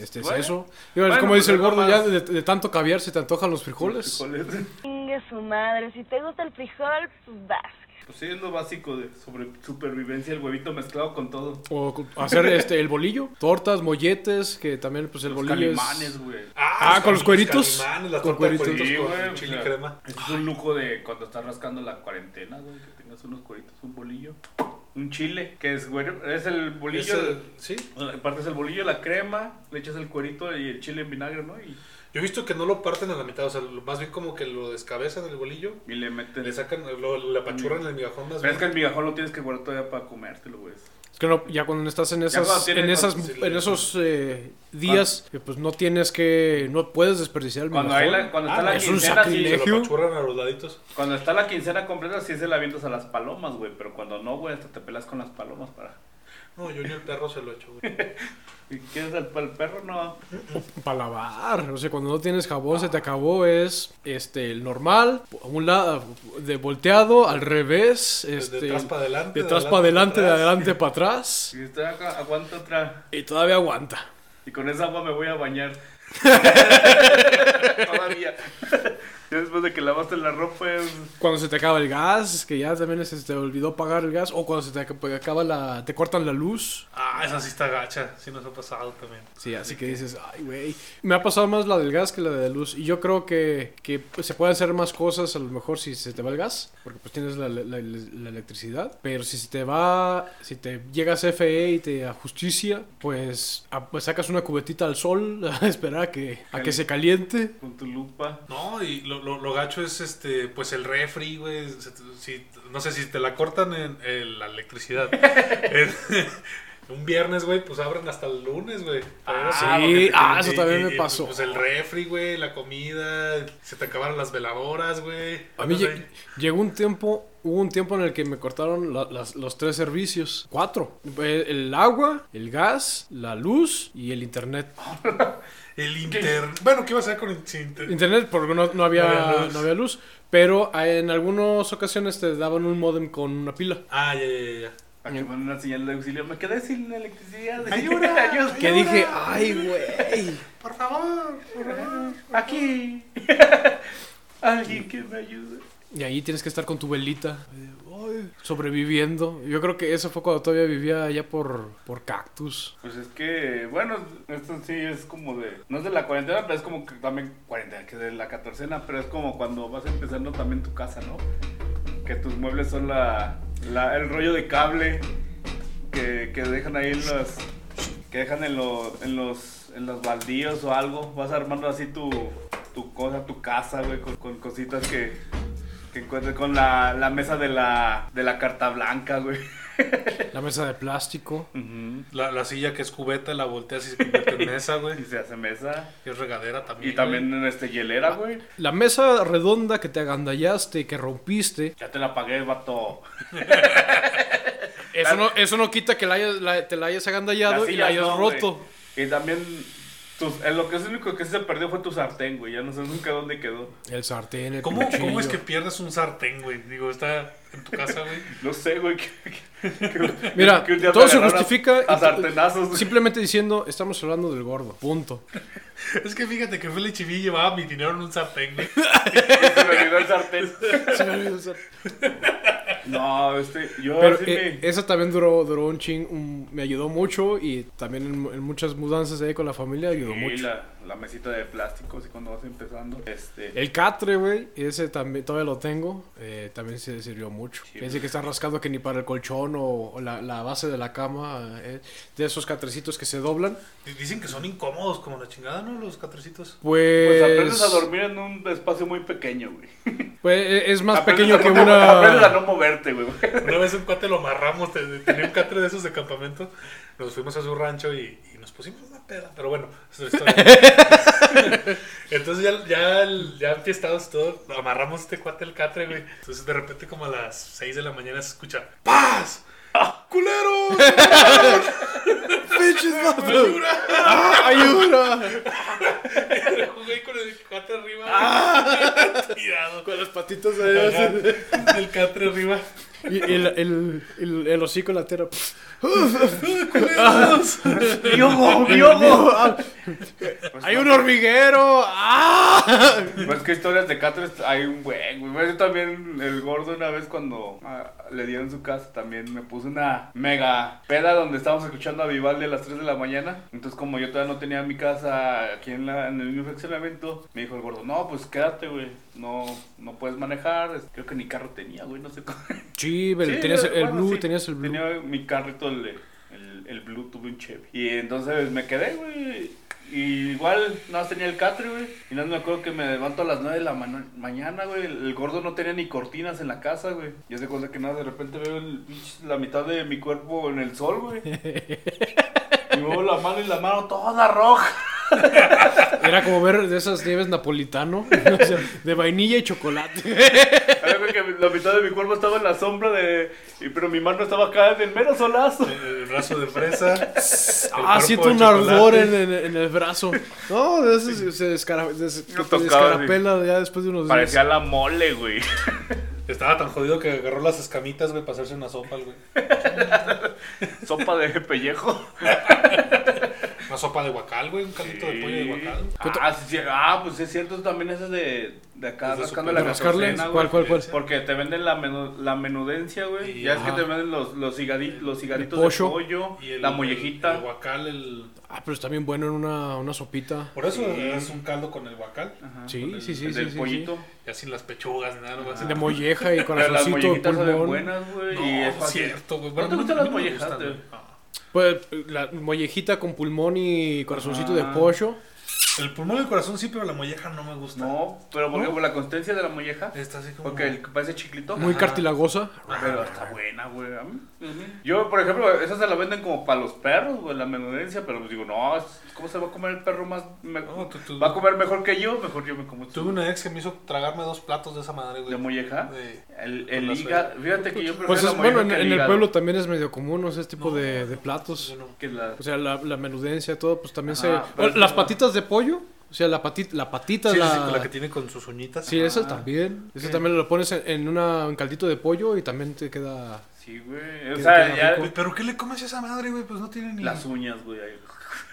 Speaker 2: este es
Speaker 1: Bueno.
Speaker 2: eso. Digo, es
Speaker 1: Bueno,
Speaker 2: como
Speaker 1: pues,
Speaker 2: dice el
Speaker 1: algo
Speaker 2: gordo, ya
Speaker 1: más.
Speaker 2: de, de tanto caviar se te antojan los frijoles.
Speaker 1: frijoles.
Speaker 6: Chingue su madre, si te gusta el frijol, pues vas.
Speaker 1: Pues sí, es lo básico de sobre supervivencia, el huevito mezclado con todo.
Speaker 2: O cu- hacer este el bolillo, tortas, molletes, que también pues el
Speaker 1: Los
Speaker 2: bolillo es-
Speaker 1: calimanes, güey.
Speaker 2: Ah, ¿con los cueritos?
Speaker 3: calimanes, las
Speaker 2: Con
Speaker 3: tortas de
Speaker 2: cueritos.
Speaker 3: cueritos con
Speaker 1: güey,
Speaker 3: chile
Speaker 1: o sea,
Speaker 3: crema.
Speaker 1: ese Es un lujo de cuando estás rascando la cuarentena, güey, que tengas unos cueritos, un bolillo, un chile, que es güey, es el bolillo,
Speaker 3: Es el- sí.
Speaker 1: partes el bolillo, la crema, le echas el cuerito y el chile en vinagre, ¿no? Y,
Speaker 3: Yo he visto que no lo parten a la mitad, o sea, lo- más bien como que lo descabezan el bolillo,
Speaker 1: y le metes.
Speaker 3: le sacan, lo, le apachurran el migajón más
Speaker 1: Pero es que
Speaker 3: bien.
Speaker 1: el migajón lo tienes que guardar todavía para comértelo, güey.
Speaker 2: Es que no, ya cuando estás en
Speaker 1: cuando
Speaker 2: esas,
Speaker 1: tienes-
Speaker 2: en esas,
Speaker 3: cuando- sí,
Speaker 2: en esos
Speaker 1: Ah.
Speaker 2: eh, días, que, pues no tienes que, no puedes desperdiciar el
Speaker 1: Cuando,
Speaker 2: migajón.
Speaker 1: hay la- cuando
Speaker 3: Ah,
Speaker 1: está la
Speaker 2: es un
Speaker 1: quincena, sí,
Speaker 2: sacrilegio.
Speaker 3: Se lo apachurran a los laditos.
Speaker 1: cuando está la quincena completa, sí se la avientas a las palomas, güey. Pero cuando no, güey, hasta te pelas con las palomas para.
Speaker 3: No, yo ni el perro se lo echo, güey.
Speaker 1: ¿Y ¿Quieres al al perro? No.
Speaker 2: Para lavar, o sea, cuando no tienes jabón se te acabó es, este, el normal, a un lado, de volteado, al revés, este,
Speaker 3: atrás pa' adelante,
Speaker 2: de
Speaker 3: de
Speaker 2: atrás
Speaker 3: adelante
Speaker 2: para
Speaker 3: pa'
Speaker 2: adelante, de
Speaker 3: atrás.
Speaker 2: adelante para atrás,
Speaker 1: Y estoy acá, aguanta otra.
Speaker 2: y todavía aguanta.
Speaker 1: Y con esa agua me voy a bañar. Todavía. Ya después de que lavaste la ropa, es-
Speaker 2: Cuando se te acaba el gas, que ya también se te olvidó pagar el gas, o cuando se te ac- acaba la. te cortan la luz.
Speaker 3: Ah, esa sí está gacha. Sí nos ha pasado también.
Speaker 2: Sí, así que dices, ay, güey. Me ha pasado más la del gas que la de la luz. Y yo creo que, que pues, se pueden hacer más cosas a lo mejor si se te va el gas, porque pues tienes la, la- la- la electricidad. Pero si se te va, si te llegas FE E y te ajusticia, pues, ah, pues sacas una cubetita al sol a esperar a que, a que se caliente.
Speaker 1: con tu lupa.
Speaker 3: No, y lo, lo, lo gacho es este, pues el refri, güey. se te- si- no sé si te la cortan en, en la electricidad. En- un viernes, güey, pues abren hasta el lunes, güey.
Speaker 2: Ah, sí.
Speaker 3: porque te-
Speaker 2: Ah, eso también me
Speaker 3: y-
Speaker 2: pasó.
Speaker 3: Pues el refri, güey, la comida, se te acabaron las veladoras, güey.
Speaker 2: A mí
Speaker 3: No sé.
Speaker 2: lle- llegó un tiempo, hubo un tiempo en el que me cortaron la- las- los tres servicios. Cuatro. El, el agua, el gas, la luz y el internet.
Speaker 3: El inter... Bueno, ¿qué vas a hacer con el sin inter...
Speaker 2: Internet porque no, no había,
Speaker 3: No había luz.
Speaker 2: no había luz. Pero en algunas ocasiones te daban un modem con una pila.
Speaker 3: Ah, ya, ya, ya, ya.
Speaker 1: A que mandan una señal de auxilio. Me quedé sin electricidad.
Speaker 3: Ayuda,
Speaker 1: Ayuda.
Speaker 2: Que dije,
Speaker 3: "Ah".
Speaker 2: ay, güey.
Speaker 3: Por favor, por favor.
Speaker 1: Aquí. Alguien que me ayude.
Speaker 2: Y ahí tienes que estar con tu velita. eh, ay, sobreviviendo. Yo creo que eso fue cuando todavía vivía allá por, por cactus.
Speaker 1: Pues es que, bueno, esto sí es como de. No es de la cuarentena, pero es como que también. Cuarentena, que de la catorcena, pero es como cuando vas empezando también tu casa, ¿no? Que tus muebles son la, la- el rollo de cable que, que dejan ahí en los. Que dejan en, lo- en los. En los baldíos o algo. Vas armando así tu. Tu cosa, tu casa, güey, con, con cositas que. Que encuentres con la, la mesa de la, de la carta blanca, güey.
Speaker 2: La mesa de plástico.
Speaker 1: Ujú.
Speaker 3: La, la silla que es cubeta la volteas y se convierte en mesa, güey.
Speaker 1: Y se hace mesa.
Speaker 3: Que es regadera también.
Speaker 1: Y también en este hielera, güey.
Speaker 2: La mesa redonda que te agandallaste, que rompiste.
Speaker 1: Ya te la pagué, vato.
Speaker 2: Eso no, eso no quita que la hayas- la- te la hayas agandallado y
Speaker 1: Así
Speaker 2: la
Speaker 1: ya
Speaker 2: hayas
Speaker 1: no, güey.
Speaker 2: roto.
Speaker 1: Y también, tus- en lo que es lo único que se perdió fue tu sartén, güey. Ya no sé nunca dónde quedó.
Speaker 2: El sartén, el
Speaker 3: ¿Cómo,
Speaker 2: cuchillo.
Speaker 3: ¿Cómo es que pierdes un sartén, güey? Digo, está en tu casa, güey.
Speaker 1: No sé, güey. que- que- que-
Speaker 2: Mira,
Speaker 1: que un día
Speaker 2: todo
Speaker 1: te
Speaker 2: se
Speaker 1: agarraron
Speaker 2: justifica
Speaker 1: A, a sartenazos. güey.
Speaker 2: simplemente diciendo, estamos hablando del gordo, punto.
Speaker 3: Es que fíjate que Felipe Chiví llevaba mi dinero en un sartén, güey.
Speaker 1: Se me olvidó el sartén. No, este, yo
Speaker 2: Pero
Speaker 1: sí
Speaker 2: eh,
Speaker 1: me-
Speaker 2: eso también duró, duró un ching, un- me ayudó mucho y también en, en muchas mudanzas ahí con la familia ayudó
Speaker 1: Y
Speaker 2: mucho.
Speaker 1: la, la mesita de plástico, así cuando vas empezando. Este,
Speaker 2: El catre, güey, ese también, todavía lo tengo, eh, también se sirvió mucho.
Speaker 1: Sí,
Speaker 2: es de que está rascado que ni para el colchón o, o la, la base de la cama, eh, de esos catrecitos que se doblan.
Speaker 3: Dicen que son incómodos como la chingada, ¿no? Los catrecitos.
Speaker 2: Pues,
Speaker 1: pues aprendes a dormir en un espacio muy pequeño, güey.
Speaker 2: pues, eh, es más
Speaker 1: Aprendes
Speaker 2: pequeño
Speaker 1: a
Speaker 2: que
Speaker 1: no- Aprendes a
Speaker 2: una...
Speaker 1: no moverte, güey.
Speaker 3: Una vez un cuate lo amarramos, te- te- tenía un catre de esos de campamento. Nos fuimos a su rancho y, y nos pusimos una peda. Pero bueno, es otra historia. Entonces ya, ya, el- ya enfiestados y todo, lo amarramos este cuate el catre, güey. Entonces de repente como a las 6 de la mañana se escucha ¡Paz! ¡Culeros! ¡Ayuda!
Speaker 2: ¡Ayuda!
Speaker 3: Jugué con el catre arriba. Tirado. Con las
Speaker 2: patitas
Speaker 3: Ah. El catre arriba.
Speaker 2: Y y el, el, el, el hocico en la tierra.
Speaker 1: ¡Diogo, Diogo!
Speaker 2: ¡Hay un hormiguero! ¡Ah!
Speaker 1: Pues que historias de catres hay un buen, güey. Pues, Yo también, el gordo, una vez cuando ah, le dieron su casa, también me puse una mega peda donde estábamos escuchando a Vivaldi a las 3 de la mañana. Entonces, como yo todavía no tenía mi casa aquí en, la- en el mismo fraccionamiento, me dijo el gordo: No, pues quédate, güey. No, no puedes manejar. Es- Creo que ni carro tenía, güey. No sé cómo.
Speaker 2: Sí, pero
Speaker 1: Sí,
Speaker 2: tenías
Speaker 1: yo
Speaker 2: el,
Speaker 1: recuerdo,
Speaker 2: blue,
Speaker 1: sí.
Speaker 2: tenías el blue.
Speaker 1: Tenía mi carrito, el, el, el blue, tuve un Chevy. Y entonces me quedé, güey. Y igual, nada más tenía el catre, güey. Y nada más me acuerdo que me levanto a las 9 de la ma- mañana, güey. El, el gordo no tenía ni cortinas en la casa, güey. Y hace cosa que nada, de repente veo el- la mitad de mi cuerpo en el sol, güey. Y muevo la mano y la mano toda roja.
Speaker 2: Era como ver de esas nieves napolitano, o sea, de vainilla y chocolate.
Speaker 1: Ay, güey, que la mitad de mi cuerpo estaba en la sombra de... y- Pero mi mano estaba acá en el mero solazo.
Speaker 3: El brazo de fresa. el
Speaker 2: ah,
Speaker 3: cuerpo
Speaker 2: siento
Speaker 3: de
Speaker 2: un ardor
Speaker 3: chocolate.
Speaker 2: en, en- en el brazo. No, de esas se, se escara- des- que te
Speaker 1: tocaba,
Speaker 2: descarapela ya después de unos
Speaker 1: Parecía
Speaker 2: días.
Speaker 1: la mole, güey.
Speaker 3: Estaba tan jodido que agarró las escamitas, güey, para hacerse una sopa, güey.
Speaker 1: Sopa de pellejo.
Speaker 3: Una sopa de guacal, güey, un caldito de pollo de guacal.
Speaker 1: Ah, sí, sí, ah, pues es cierto, también esas de, de acá
Speaker 3: Es de
Speaker 1: rascando
Speaker 3: super-
Speaker 1: la
Speaker 3: de
Speaker 2: rascarle,
Speaker 1: catorcena, güey.
Speaker 2: ¿cuál, cuál, cuál?
Speaker 1: Porque te venden la, menu- la menudencia, güey.
Speaker 3: Y-
Speaker 1: Ya es que
Speaker 3: ajá.
Speaker 1: te venden los, los, cigadi- los cigaritos
Speaker 2: El pollo.
Speaker 1: de pollo,
Speaker 3: Y el-
Speaker 1: la
Speaker 3: El,
Speaker 1: mollejita.
Speaker 3: guacal, el.
Speaker 2: Ah, pero está bien bueno en una, una sopita.
Speaker 3: Por eso es un caldo con el guacal.
Speaker 2: Sí, sí, sí,
Speaker 1: Ah, el
Speaker 2: sí,
Speaker 1: del
Speaker 2: sí, sí.
Speaker 1: pollito.
Speaker 3: Ya sin las pechugas, nada, nomás.
Speaker 2: De molleja y
Speaker 1: Pero las
Speaker 2: corazoncito de
Speaker 1: mollejitas saben
Speaker 2: pulmón.
Speaker 1: buenas, güey.
Speaker 3: No,
Speaker 1: y es
Speaker 3: es
Speaker 1: fácil.
Speaker 3: cierto, güey.
Speaker 1: ¿No te gustan
Speaker 3: a
Speaker 1: las
Speaker 3: mí me
Speaker 1: mollejas?
Speaker 3: gustan,
Speaker 1: güey?
Speaker 3: güey. No.
Speaker 2: Pues la mollejita con pulmón y corazoncito de
Speaker 1: Ajá.
Speaker 2: pollo.
Speaker 3: El pulmón y el corazón sí, pero la molleja no me gusta.
Speaker 1: No, pero por ejemplo, la consistencia de la molleja.
Speaker 3: Está así como.
Speaker 1: Porque el que parece chiclito.
Speaker 2: Muy cartilagosa.
Speaker 1: Pero está buena, güey. A mí- Yo, por ejemplo, esa se la venden como para los perros, güey, la menudencia. Pero pues digo, no, es- ¿cómo se va a comer el perro más? me-
Speaker 3: No, tú- tú-
Speaker 1: ¿Va a comer mejor que yo? Mejor yo me como esto.
Speaker 3: Tuve una ex que me hizo tragarme dos platos de esa madre, güey.
Speaker 1: ¿De molleja?
Speaker 3: Sí.
Speaker 1: El,
Speaker 3: Con
Speaker 1: el
Speaker 3: la
Speaker 1: hígado. Fíjate que yo prefiero
Speaker 2: Pues
Speaker 1: la
Speaker 2: es, bueno,
Speaker 1: molleja
Speaker 2: en,
Speaker 1: que
Speaker 2: en el
Speaker 1: hígado,
Speaker 2: pueblo también es medio común, ¿no? Ese tipo
Speaker 3: No,
Speaker 2: de, de
Speaker 3: Yo
Speaker 2: platos.
Speaker 3: no.
Speaker 1: que la-
Speaker 2: O sea, la, la menudencia, todo, pues también
Speaker 1: Ajá,
Speaker 2: se...
Speaker 1: pero es
Speaker 2: las
Speaker 1: como-
Speaker 2: patitas de pollo, o sea, la, pati- la patita...
Speaker 3: Sí, sí,
Speaker 2: la...
Speaker 3: sí, con la que tiene con sus uñitas.
Speaker 2: Sí, eso también. Eso también lo pones en, en una, un caldito de pollo y también te queda...
Speaker 1: Sí, güey. O
Speaker 2: Que-
Speaker 1: sea,
Speaker 2: que
Speaker 1: ya
Speaker 3: Güey, ¿Pero qué le comes a esa madre, güey? Pues no tiene ni.
Speaker 1: las uñas, güey. ahí.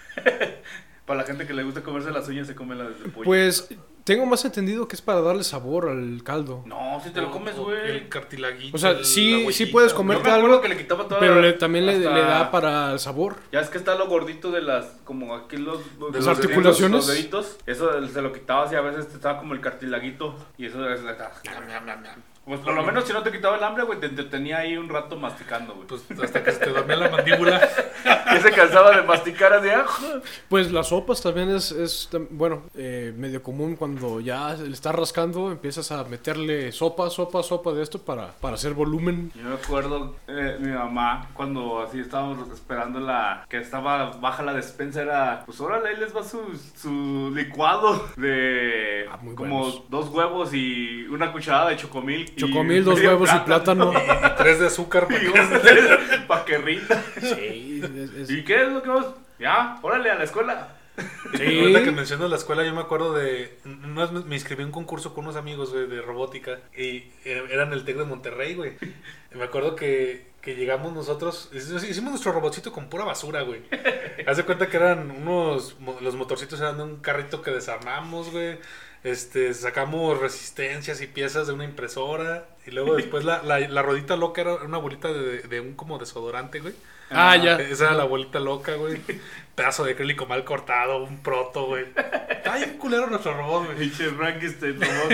Speaker 1: para la gente que le gusta comerse las uñas, se come las de pollo.
Speaker 2: Pues tengo más entendido que es para darle sabor al caldo.
Speaker 1: No, si te lo comes, güey.
Speaker 3: El cartilaguito.
Speaker 2: O sea,
Speaker 3: el-
Speaker 2: sí-
Speaker 3: la
Speaker 2: sí
Speaker 3: huellita,
Speaker 2: puedes
Speaker 3: güey.
Speaker 2: comer-
Speaker 1: Yo me acuerdo que le quitaba toda
Speaker 2: Pero
Speaker 1: la-
Speaker 2: le- también le,
Speaker 1: hasta-
Speaker 2: le da para el sabor.
Speaker 1: Ya es que está lo gordito de las, como aquí los... los-
Speaker 3: De
Speaker 1: los
Speaker 3: las
Speaker 2: articulaciones.
Speaker 1: deditos, los deditos. eso se lo quitabas y a veces te estaba como el cartilaguito. Y eso es...
Speaker 3: Miam, miam, miam.
Speaker 1: Pues por lo menos si no te quitaba el hambre, güey, te entretenía ahí un rato masticando, güey.
Speaker 3: Pues hasta que se te dormía la mandíbula.
Speaker 1: Que se cansaba de masticar así, ah,
Speaker 2: Pues las sopas también es, es tam- bueno, eh, medio común cuando ya le estás rascando, empiezas a meterle sopa, sopa, sopa de esto para, para hacer volumen.
Speaker 1: Yo me acuerdo, eh, mi mamá, cuando así estábamos esperando la... Que estaba baja la despensa, era... Pues órale, ahí les va su, su licuado de...
Speaker 2: Ah, muy
Speaker 1: como
Speaker 2: buenos.
Speaker 1: dos huevos y una cucharada de chocomil. y
Speaker 2: Chocomil, dos
Speaker 1: medio
Speaker 2: huevos y plátano.
Speaker 3: y tres de azúcar,
Speaker 1: Y
Speaker 3: porque
Speaker 1: un- pa' que rinda.
Speaker 2: Sí, es- es-
Speaker 1: ¿Y qué es lo que vamos? Ya, órale a la escuela.
Speaker 2: Sí.
Speaker 3: Ahorita que mencionas la escuela, yo me acuerdo de. Una vez me- me inscribí en un concurso con unos amigos, güey, de robótica. Y era- eran el Tec de Monterrey, güey. Y me acuerdo que, que llegamos nosotros. Hicimos hicimos nuestro robotcito con pura basura, güey. Haz de cuenta que eran unos. mo- Los motorcitos eran de un carrito que desarmamos, güey. Este, sacamos resistencias y piezas de una impresora. Y luego después la, la, la rodita loca era una bolita de, de un como desodorante, güey. Eh,
Speaker 2: ah, ya.
Speaker 3: Esa era la bolita loca, güey. Pedazo de acrílico mal cortado, un proto, güey. Está bien culero nuestro robot, güey.
Speaker 1: Pinche este, Frankenstein, robot.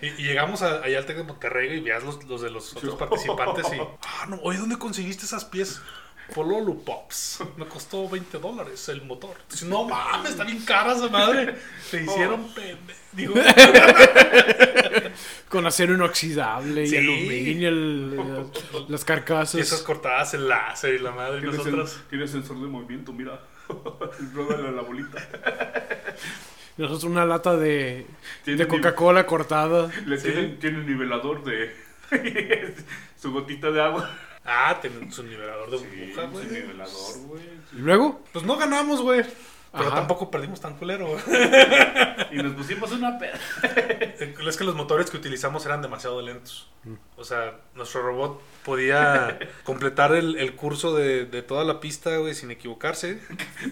Speaker 3: Y, y llegamos a- allá al Tec de Monterrey güey, y veas los, los de los otros participantes y... Ah, no, oye, ¿dónde conseguiste esas piezas? Pololu Pops. Me costó 20 dólares el motor. Dice, no mames, está bien cara esa madre. Te
Speaker 1: Oh.
Speaker 3: hicieron pende- Digo,
Speaker 2: Con acero inoxidable y
Speaker 3: Sí.
Speaker 2: aluminio, el- el- las carcasas.
Speaker 3: piezas cortadas en láser y la madre. Y
Speaker 1: Tiene, sen-
Speaker 3: nosotros...
Speaker 1: tiene sensor de movimiento, mira. Róbale a la bolita.
Speaker 2: Nosotros una lata de,
Speaker 1: Tiene
Speaker 2: de
Speaker 1: ni-
Speaker 2: Coca-Cola cortada.
Speaker 1: Le tiene, tiene nivelador de. su gotita de agua.
Speaker 3: Ah, tienen su nivelador de burbuja,
Speaker 1: su
Speaker 3: güey.
Speaker 1: nivelador, güey.
Speaker 2: ¿Y luego?
Speaker 3: Pues no ganamos, güey. Pero
Speaker 2: Ajá.
Speaker 3: tampoco perdimos tan culero, güey.
Speaker 1: Y nos pusimos una peda.
Speaker 3: Eh, Es que los motores que utilizamos eran demasiado lentos.
Speaker 2: Mm.
Speaker 3: O sea, nuestro robot podía completar el, el curso de, de toda la pista, güey, sin equivocarse.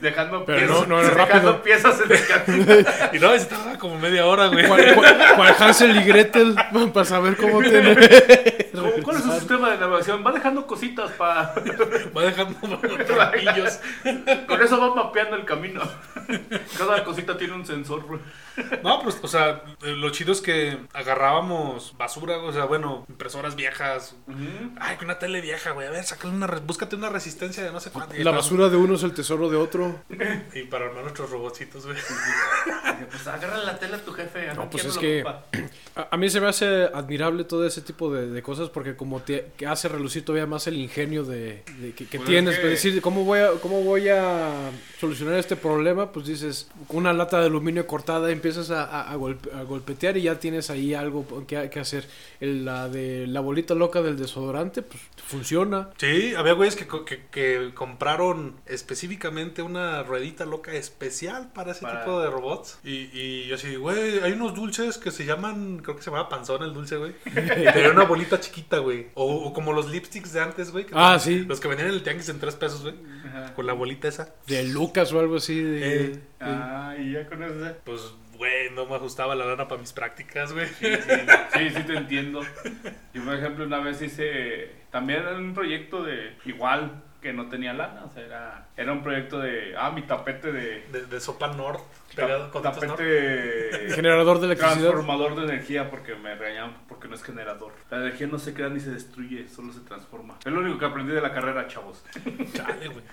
Speaker 1: Dejando
Speaker 2: Pero
Speaker 1: piezas.
Speaker 2: no, no, no,
Speaker 1: dejando
Speaker 2: rápido.
Speaker 1: piezas en el camino.
Speaker 3: Y no, estaba como media hora, güey.
Speaker 2: ¿Cuál, cuál- cuál Hansel y Gretel? Para saber cómo tener.
Speaker 1: ¿Cómo- ¿Cuál es
Speaker 2: Ah.
Speaker 1: su sistema de navegación? Va dejando cositas para.
Speaker 3: Va dejando ratillos.
Speaker 1: Con eso va mapeando el camino. Cada cosita tiene un sensor, güey.
Speaker 3: No, pues, o sea, eh, lo chido es que agarrábamos basura, güey, o sea, bueno, impresoras viejas.
Speaker 2: Mm.
Speaker 3: Ay, que una tele vieja, güey. A ver, sácale una, re- búscate una resistencia de no sé cuánto. Y
Speaker 2: La
Speaker 3: estaba-
Speaker 2: basura de uno es el tesoro de otro.
Speaker 3: Y para armar nuestros robotcitos, güey.
Speaker 1: Pues agarra la tela a tu jefe.
Speaker 2: No, pues es que a, a mí se me hace admirable todo ese tipo de, de cosas porque como te que hace relucir todavía más el ingenio de, de que, que
Speaker 1: Pues es
Speaker 2: tienes.
Speaker 1: que-
Speaker 2: Es decir, ¿cómo voy, a, ¿cómo voy a solucionar este problema? Pues dices, con una lata de aluminio cortada empiezas a, a- a golpe- a golpetear y ya tienes ahí algo que, que hacer. El- la de la bolita loca del desodorante, pues funciona.
Speaker 3: Sí, había güeyes que, co- que, que compraron específicamente una ruedita loca especial para ese
Speaker 1: Para-
Speaker 3: tipo de robots. Y, y yo así, güey, hay unos dulces que se llaman, creo que se llamaba panzón el dulce, güey. Pero una bolita chiquita, güey. O, o como los lipsticks de antes, güey. que
Speaker 2: Ah,
Speaker 3: tenían-
Speaker 2: sí.
Speaker 3: Los que venían en el tianguis en tres pesos, güey. Con la bolita esa.
Speaker 2: De Lucas o algo así. de-
Speaker 3: Eh,
Speaker 1: Ah, y ya con eso.
Speaker 3: Pues, güey, no me ajustaba la lana para mis prácticas, güey.
Speaker 1: Sí, sí te entiendo. Yo, por ejemplo, una vez hice también era un proyecto de igual que no tenía lana, o sea, era, era un proyecto de, ah, mi tapete de...
Speaker 3: De, de sopa Nord, pegado con tapas Nord.
Speaker 1: tapete
Speaker 2: Generador de electricidad.
Speaker 1: transformador de energía porque me regañaban porque no es generador. La energía no se crea ni se destruye, solo se transforma. Es lo único que aprendí de la carrera, chavos.
Speaker 3: Chale, güey.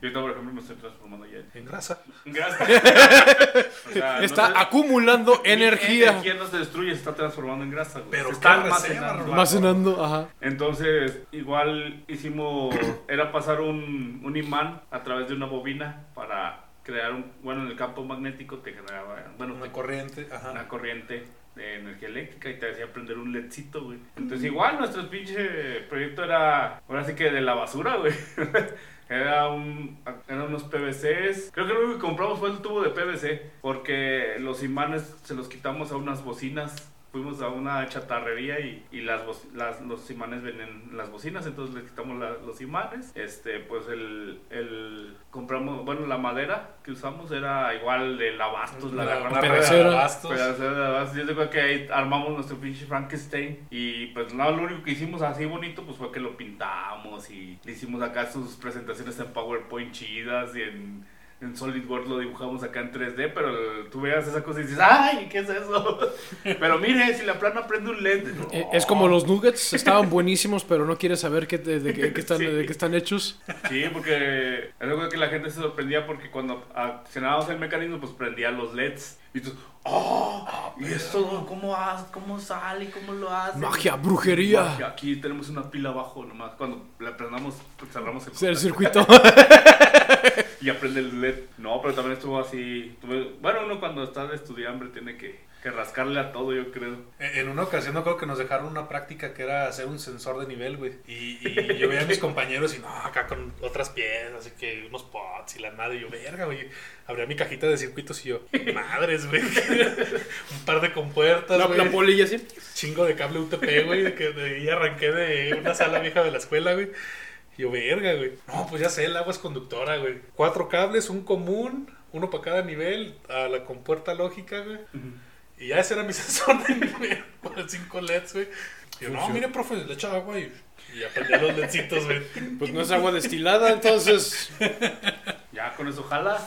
Speaker 1: Y ahorita, por ejemplo, me estoy transformando ya.
Speaker 3: En grasa.
Speaker 1: Gracias.
Speaker 2: Está acumulando energía.
Speaker 1: La energía no se destruye, se está transformando en grasa, güey.
Speaker 3: Pero
Speaker 1: Se
Speaker 3: está
Speaker 1: queda
Speaker 3: reserva,
Speaker 1: almacenando.
Speaker 3: Roberto.
Speaker 2: Almacenando, ajá.
Speaker 1: Entonces, igual hicimos, era pasar un, un imán a través de una bobina para crear un, bueno, en el campo magnético te generaba, bueno, te
Speaker 3: Una corriente.
Speaker 1: una
Speaker 3: Ajá.
Speaker 1: corriente de energía eléctrica y te hacía prender un ledcito, güey. Entonces, igual nuestro pinche proyecto era, ahora sí que de la basura, güey. Era un, eran unos PVCs. Creo que lo único que compramos fue el tubo de PVC, porque los imanes se los quitamos a unas bocinas. Fuimos a una chatarrería y, y las, bo- las- los imanes venían en las bocinas, entonces les quitamos la- los imanes. Este, pues el, el- compramos, bueno, la madera que usamos era igual de lavastos, la,
Speaker 3: Pues La
Speaker 1: agarraron a
Speaker 2: pedacera.
Speaker 3: Bastos.
Speaker 1: pero, o sea, nada más, yo digo que ahí armamos nuestro pinche Frankenstein y pues no, lo único que hicimos así bonito pues fue que lo pintamos y le hicimos acá sus presentaciones en PowerPoint chidas y en, en SolidWorks lo dibujamos acá en 3D, pero el- tú veas esa cosa y dices, ay, ¿qué es eso? pero mire, si la plana prende un LED. No.
Speaker 2: Eh, Es como los nuggets, estaban buenísimos, pero no quieres saber qué te- de, qué- qué están,
Speaker 1: Sí.
Speaker 2: de qué están hechos.
Speaker 1: Sí, porque es algo que la gente se sorprendía porque cuando accionábamos el mecanismo, pues prendía los LEDs. Y tú, ¡oh! ¿Y esto cómo, ha- cómo sale? ¿Cómo lo hace?
Speaker 2: Magia, brujería.
Speaker 1: Aquí tenemos una pila abajo nomás. Cuando la prendamos, pues, cerramos el,
Speaker 2: O sea, El circuito.
Speaker 1: y aprende el LED. No, pero también estuvo así. tuve- bueno, uno cuando está de estudiante tiene que, que rascarle a todo, yo creo.
Speaker 3: Eh, En en una ocasión, no creo que nos dejaron una práctica que era hacer un sensor de nivel, güey. Y, y yo veía a mis compañeros y no, acá con otras piezas, así que unos pots y la madre. Y yo, verga, güey. Abría mi cajita de circuitos y yo, madres, güey. un par de compuertas,
Speaker 2: La,
Speaker 3: güey.
Speaker 2: la polilla así.
Speaker 3: chingo de cable UTP, güey, de que de ahí arranqué de una sala vieja de la escuela, güey. Y yo, verga, güey. No, pues ya sé, el agua es conductora, güey. Cuatro cables, un común, uno para cada nivel, a la compuerta lógica, güey. Y ya ese era mi sensor de nivel, con cinco LEDs, güey. Y yo, no, mire, profe, le echa agua y, y aprendí los LEDcitos, güey.
Speaker 2: Pues no es agua destilada, entonces.
Speaker 1: Ya con eso jala.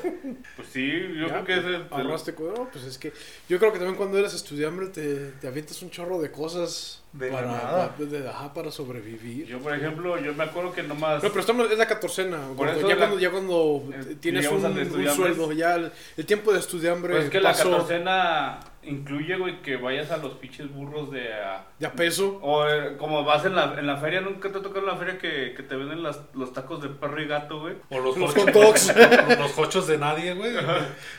Speaker 1: pues sí, yo
Speaker 2: Ya,
Speaker 1: creo que ese.
Speaker 2: pues, ahorraste cu- no, pues es que yo creo que también cuando eres estudiante te, te avientas un chorro de cosas
Speaker 3: De
Speaker 2: para,
Speaker 3: la nada.
Speaker 2: pa- de- ajá, para sobrevivir.
Speaker 1: Yo, por ejemplo, yo me acuerdo que nomás.
Speaker 2: No, pero estamos, es la catorcena. gordo.
Speaker 1: eso
Speaker 2: Ya,
Speaker 1: la-
Speaker 2: cuando, ya cuando
Speaker 1: eh,
Speaker 2: tienes
Speaker 1: llegamos
Speaker 2: un,
Speaker 1: al de
Speaker 2: un
Speaker 1: estudiambres.
Speaker 2: sueldo, ya el, el tiempo de estudiambre
Speaker 1: Pues es que
Speaker 2: eh, pasó
Speaker 1: la catorcena incluye, güey, que vayas a los pinches burros de... ah,
Speaker 2: de a peso.
Speaker 1: o eh, como vas en la, en la feria, nunca te toca en la feria que, que te venden las, los tacos de perro y gato, güey.
Speaker 3: O los,
Speaker 2: Los
Speaker 3: jochos-
Speaker 2: hot dogs.
Speaker 3: los- los jochos de nadie, güey.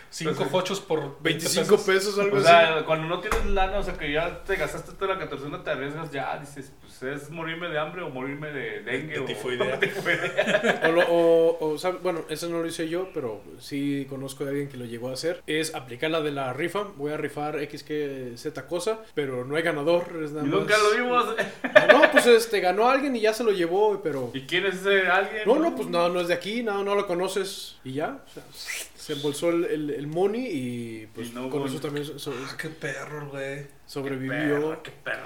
Speaker 3: Cinco jochos por 20
Speaker 2: 25 pesos, algo
Speaker 1: O
Speaker 2: así.
Speaker 1: sea, cuando no tienes lana, o sea, que ya te gastaste toda la catorcena, te arriesgas ya, dices, pues es morirme de hambre o morirme de dengue
Speaker 3: De
Speaker 1: o
Speaker 3: tifoidea.
Speaker 1: tifoidea.
Speaker 2: O, lo- o- o, ¿sabe? bueno, eso no lo hice yo, pero sí conozco a alguien que lo llegó a hacer. Es aplicar la de la rifa. Voy a rifar X, que Z cosa, pero no hay ganador. Es nada
Speaker 1: Y nunca
Speaker 2: más-
Speaker 1: lo vimos.
Speaker 2: No, pues este, ganó alguien y ya se lo llevó, pero...
Speaker 1: ¿Y quién es ese alguien?
Speaker 2: No, no, pues no, no es de aquí, no, no lo conoces y ya. o sea, se embolsó el, el, el money y pues
Speaker 1: Y no
Speaker 2: con
Speaker 1: vol-
Speaker 2: eso también so- so-
Speaker 3: Ah, qué perro, güey.
Speaker 2: sobrevivió.
Speaker 1: Perra, qué perra.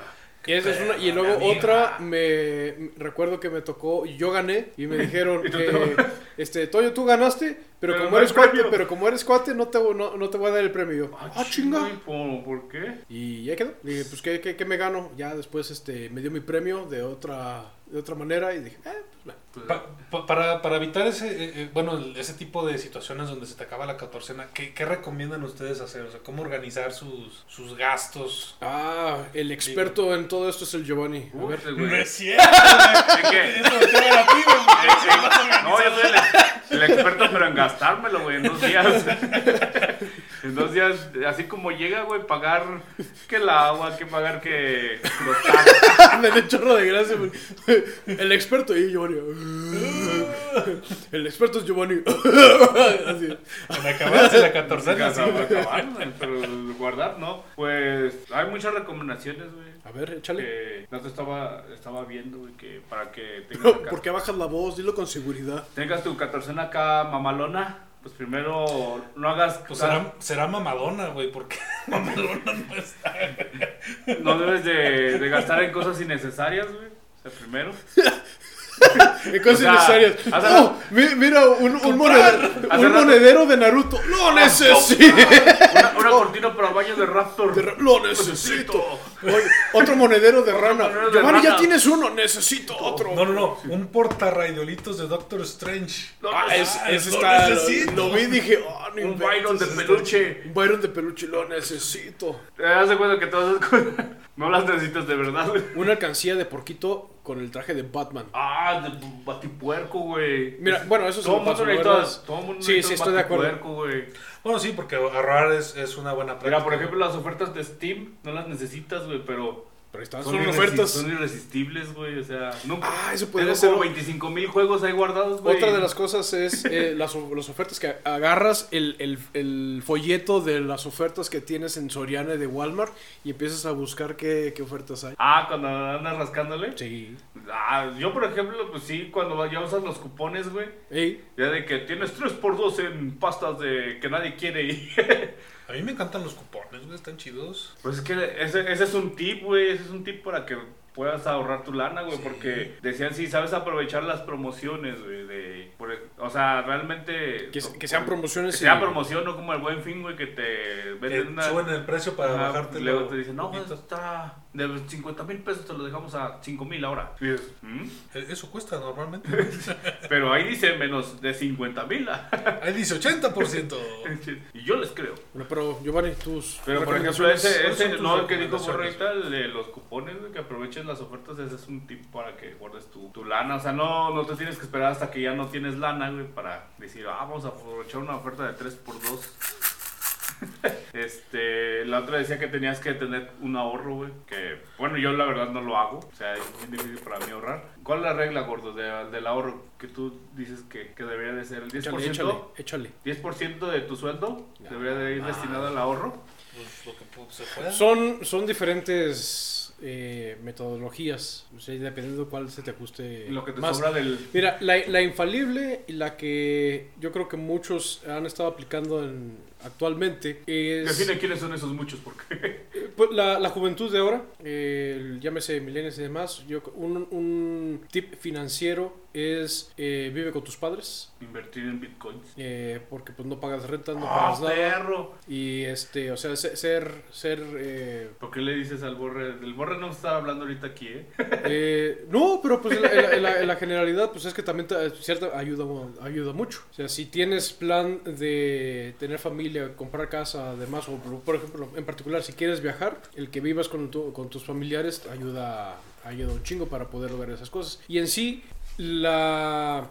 Speaker 2: Y, esa es una- y luego
Speaker 3: amiga.
Speaker 2: otra, me, me- recuerdo que me tocó, yo gané y me dijeron,
Speaker 1: Y tú
Speaker 2: eh,
Speaker 1: te-
Speaker 2: este, Toyo, tú ganaste, pero,
Speaker 1: Pero
Speaker 2: como
Speaker 1: no hay
Speaker 2: eres cuate,
Speaker 1: premio.
Speaker 2: pero como eres cuate, no te, no, no te voy a dar el premio. Y yo, ah, chinga.
Speaker 1: ¿y ¿Por, ¿Por qué?
Speaker 2: Y ya quedó. Y dije, pues, ¿qué, qué, qué me gano? Ya después este, me dio mi premio de otra, de otra manera y dije, eh, pues, bueno.
Speaker 3: Pa- pa- para, para evitar ese, eh, eh, bueno, el- ese tipo de situaciones donde se te acaba la catorcena, ¿qué, qué recomiendan ustedes hacer? O sea, ¿cómo organizar sus, sus gastos?
Speaker 2: Ah, el experto en todo esto es el Giovanni. A ver.
Speaker 1: Uy, güey.
Speaker 3: cierto.
Speaker 1: ¿De qué? No, yo soy el, el experto, pero en gastármelo, güey, en dos días. En dos días, así como llega, güey, pagar que el agua, que pagar que los tacos.
Speaker 2: Me da un chorro de gracia. güey. El experto y Giovanni. El experto es Giovanni. Así.
Speaker 3: En acabarse la catorcena, sí.
Speaker 1: Acabar- acabar, Pero el guardar, no. Pues hay muchas recomendaciones, güey.
Speaker 2: A ver, échale.
Speaker 1: Que no te estaba, estaba viendo, güey, que para que tengas,
Speaker 2: ¿Por qué bajas la voz? Dilo con seguridad.
Speaker 1: tengas tu catorcena acá mamalona, pues primero no hagas.
Speaker 3: Pues será, será mamadona, güey, porque mamadona no está.
Speaker 1: No debes de, de gastar en cosas innecesarias, güey. O sea, primero.
Speaker 2: En cosas
Speaker 1: O sea,
Speaker 2: innecesarias.
Speaker 1: haz algo-
Speaker 2: Oh, mi- mira, un, un, monedero, un
Speaker 1: Hace rato-
Speaker 2: monedero de Naruto. ¡Lo necesito!
Speaker 1: Una, una cortina para baño de Raptor.
Speaker 2: De ra- ¡Lo necesito!
Speaker 1: necesito.
Speaker 2: Oye, otro monedero de rana.
Speaker 1: monedero de
Speaker 2: Giovanni, ya
Speaker 1: rana.
Speaker 2: tienes uno. Necesito otro.
Speaker 3: No, no, no. Un portarradiolitos de Doctor Strange.
Speaker 1: Lo
Speaker 2: Ah, es-
Speaker 1: necesito.
Speaker 2: ese
Speaker 3: lo
Speaker 2: está.
Speaker 3: necesito.
Speaker 2: Lo vi y dije, oh, no
Speaker 1: Un
Speaker 2: inventes,
Speaker 1: Byron de
Speaker 2: está-
Speaker 1: peluche.
Speaker 2: Un Byron de peluche, lo necesito.
Speaker 1: Te das de cuenta que todas esas cosas no las necesitas de verdad, güey.
Speaker 2: Una alcancía de porquito con el traje de Batman.
Speaker 1: Ah, de batipuerco, güey.
Speaker 2: Mira, bueno, eso es
Speaker 1: todo
Speaker 2: un
Speaker 1: mundo
Speaker 2: paso,
Speaker 1: necesita-
Speaker 2: ¿verdad?
Speaker 1: Todo mundo
Speaker 2: Sí,
Speaker 1: necesita
Speaker 2: sí,
Speaker 1: un
Speaker 2: estoy de acuerdo.
Speaker 1: batipuerco, güey.
Speaker 3: Bueno, sí, porque ahorrar es, es una buena práctica.
Speaker 1: Mira, por ejemplo, las ofertas de Steam no las necesitas, güey, pero
Speaker 2: Pero ahí están,
Speaker 1: Ah, son,
Speaker 2: son
Speaker 1: irresi-
Speaker 2: ofertas.
Speaker 1: Son irresistibles, güey. O sea, nunca.
Speaker 2: Ah, eso podría
Speaker 1: tengo
Speaker 2: ser
Speaker 1: como
Speaker 2: o-
Speaker 1: 25 mil juegos ahí guardados, güey.
Speaker 2: Otra de las cosas es eh, las, o- las ofertas que agarras el, el- el folleto de las ofertas que tienes en Soriana y de Walmart y empiezas a buscar qué, qué ofertas hay.
Speaker 1: Ah, cuando andas rascándole.
Speaker 2: Sí.
Speaker 1: Ah, yo, por ejemplo, pues sí, cuando ya usas los cupones, güey.
Speaker 2: Ey,
Speaker 1: Ya de que tienes 3x2 en pastas de que nadie quiere y...
Speaker 3: A mí me encantan los cupones, güey, están chidos.
Speaker 1: Pues es que ese, ese es un tip, güey. Ese es un tip para que puedas ahorrar tu lana, güey. Porque decían, si sabes aprovechar las promociones, güey. de- por- e, O sea, realmente.
Speaker 2: Que se- que sean promociones
Speaker 1: Que
Speaker 2: y-
Speaker 1: sea promoción, no como el buen fin, güey, que te
Speaker 3: Que
Speaker 1: venden una.
Speaker 3: Eh, suben el precio para
Speaker 1: Ajá,
Speaker 3: bajarte
Speaker 1: luego
Speaker 3: lo-
Speaker 1: te dicen, no, güey,
Speaker 3: poquito".
Speaker 1: esto está de 50 mil pesos, te lo dejamos a 5 mil ahora. Y dices, "¿Mm?".
Speaker 3: Eh, Eso cuesta normalmente.
Speaker 1: Pero ahí dice menos de 50 mil.
Speaker 3: Ahí dice 80%.
Speaker 1: y yo les creo.
Speaker 2: bueno, pero Giovanni, tus
Speaker 1: Pero por ejemplo,
Speaker 2: recomendaciones,
Speaker 1: ese,
Speaker 2: ¿cuáles son
Speaker 1: ese
Speaker 2: tus
Speaker 1: no, el que dijo
Speaker 2: recomendaciones?
Speaker 1: Borre ahorita, el de los cupones, de que aproveches las ofertas, ese es un tip para que guardes tu, tu lana. O sea, no, no te tienes que esperar hasta que ya no tienes lana, güey, para decir, ah, vamos a aprovechar una oferta de 3x2. Este, la otra decía que tenías que tener un ahorro, güey. Que, bueno, yo la verdad no lo hago. O sea, es bien difícil para mí ahorrar. ¿Cuál es la regla, gordo, de- del ahorro que tú dices que, que debería de ser? ¿El 10%?
Speaker 2: Échale, échale, échale.
Speaker 1: 10% de tu sueldo debería de ir destinado al ahorro.
Speaker 3: Pues lo que pu- se pueda.
Speaker 2: Son, son diferentes eh, metodologías, o sea, dependiendo cuál se te ajuste.
Speaker 1: Lo que te
Speaker 2: más.
Speaker 1: sobra del.
Speaker 2: Mira, la, la infalible y la que yo creo que muchos han estado aplicando en- actualmente es...
Speaker 1: Define quiénes son esos muchos, porque.
Speaker 2: Pues la, la juventud de ahora, eh, el- llámese milenios y demás, yo, un, un tip financiero es eh, vive con tus padres,
Speaker 1: Invertir en bitcoins.
Speaker 2: eh, porque pues no pagas renta, no
Speaker 1: ¡Ah,
Speaker 2: pagas nada.
Speaker 1: perro!
Speaker 2: Y este, o sea, se- ser, ser, eh,
Speaker 1: ¿Por qué le dices al borre? Del borre no está hablando ahorita aquí, ¿eh?
Speaker 2: eh, no, pero pues en la, en la- en la- en la generalidad, pues es que también te- cierta, ayuda, ayuda mucho. O sea, si tienes plan de tener familia, comprar casa, además, o por- por ejemplo, en particular, si quieres viajar, el que vivas con, tu- con tus familiares ayuda, ayuda un chingo para poder lograr esas cosas. Y en sí, la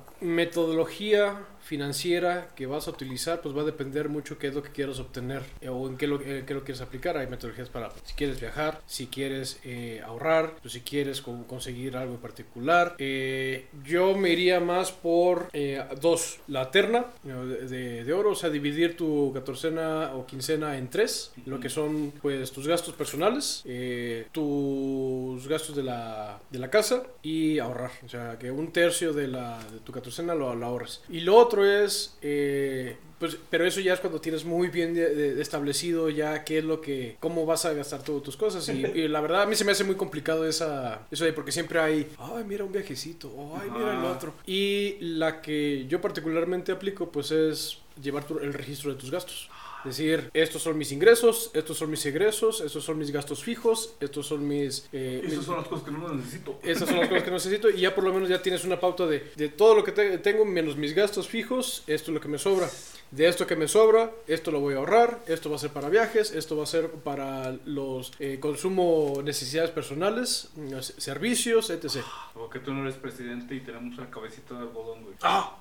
Speaker 2: metodología financiera que vas a utilizar pues va a depender mucho qué es lo que quieras obtener eh, o en qué lo, eh, qué lo quieres aplicar hay metodologías para pues, si quieres viajar si quieres eh, ahorrar o si quieres con- conseguir algo en particular Eh, yo me iría más por eh, dos la terna eh, de, de- de oro o sea dividir tu catorcena o quincena en tres lo que son pues tus gastos personales eh, tus gastos de la, de la casa y ahorrar o sea que un tercio de, la, de tu catorcena lo, lo ahorres y lo otro es eh, pues, pero eso ya es cuando tienes muy bien de- de- establecido ya qué es lo que, cómo vas a gastar todas tus cosas. Y, y la verdad a mí se me hace muy complicado esa, eso de porque siempre hay, ay, mira un viajecito, o, ay, mira el
Speaker 1: Ajá.
Speaker 2: otro. Y la que yo particularmente aplico pues es llevar tu- el registro de tus gastos. Es decir, estos son mis ingresos, estos son mis egresos, estos son mis gastos fijos, estos son mis... eh,
Speaker 1: Esas
Speaker 2: mis-
Speaker 1: son las cosas que no necesito.
Speaker 2: esas son las cosas que necesito y ya por lo menos ya tienes una pauta de, de todo lo que te- tengo menos mis gastos fijos, esto es lo que me sobra. De esto que me sobra, esto lo voy a ahorrar, esto va a ser para viajes, esto va a ser para los eh, consumo, necesidades personales, los servicios, etc.
Speaker 1: O que tú no eres presidente y tenemos una cabecita de algodón, güey.
Speaker 3: ¡Ah!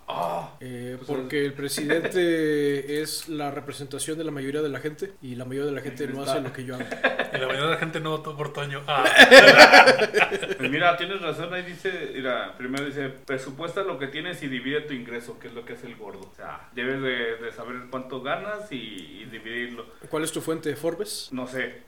Speaker 2: Eh, porque el presidente es la representación de la mayoría de la gente y la mayoría de la gente no hace lo que yo hago.
Speaker 3: Y la mayoría de la gente no votó por Toño. Ah,
Speaker 1: Pues mira, tienes razón, ahí dice, mira, primero dice, presupuesta lo que tienes y divide tu ingreso, que es lo que hace el gordo. O sea, debes de, de saber cuánto ganas y, y dividirlo.
Speaker 2: ¿Cuál es tu fuente? ¿Forbes?
Speaker 1: No sé.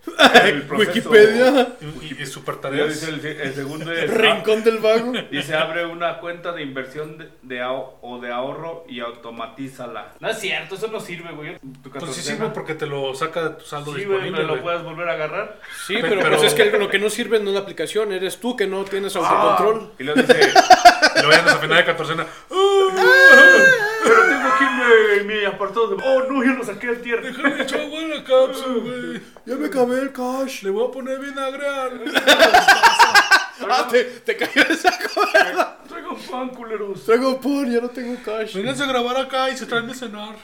Speaker 2: Wikipedia.
Speaker 3: y, y super
Speaker 1: Luego
Speaker 3: tareas.
Speaker 1: dice el, el segundo es...
Speaker 2: Rincón del Vago.
Speaker 1: Dice, abre una cuenta de inversión de, de aho- o de ahorro y automatízala. No es cierto, eso no sirve, güey. Tu
Speaker 3: Pues sí
Speaker 1: catorcena.
Speaker 3: sirve porque te lo saca de tu saldo
Speaker 1: Sí, güey,
Speaker 3: disponible.
Speaker 1: pero lo
Speaker 3: güey.
Speaker 1: puedes volver a agarrar.
Speaker 2: Sí, pero,
Speaker 3: Pero-
Speaker 2: pues es que lo que no sirve no es la aplicación, eres tú que no tienes autocontrol.
Speaker 1: Ah. Y luego dice,
Speaker 3: Y lo vayan a final de catorcena.
Speaker 1: pero tengo aquí mi, mi apartado de... Oh, no, yo lo saqué del tierra.
Speaker 3: Déjame echar agua en la cápsula, güey.
Speaker 2: Ah, Ya me acabé el cash.
Speaker 3: Le voy a poner vinagre. al-
Speaker 2: Ah, te, te cayó esa cuerda.
Speaker 1: Traigo un pan, culeros.
Speaker 2: Traigo por, ya no tengo cash.
Speaker 3: Vénganse a grabar acá y se traen a cenar.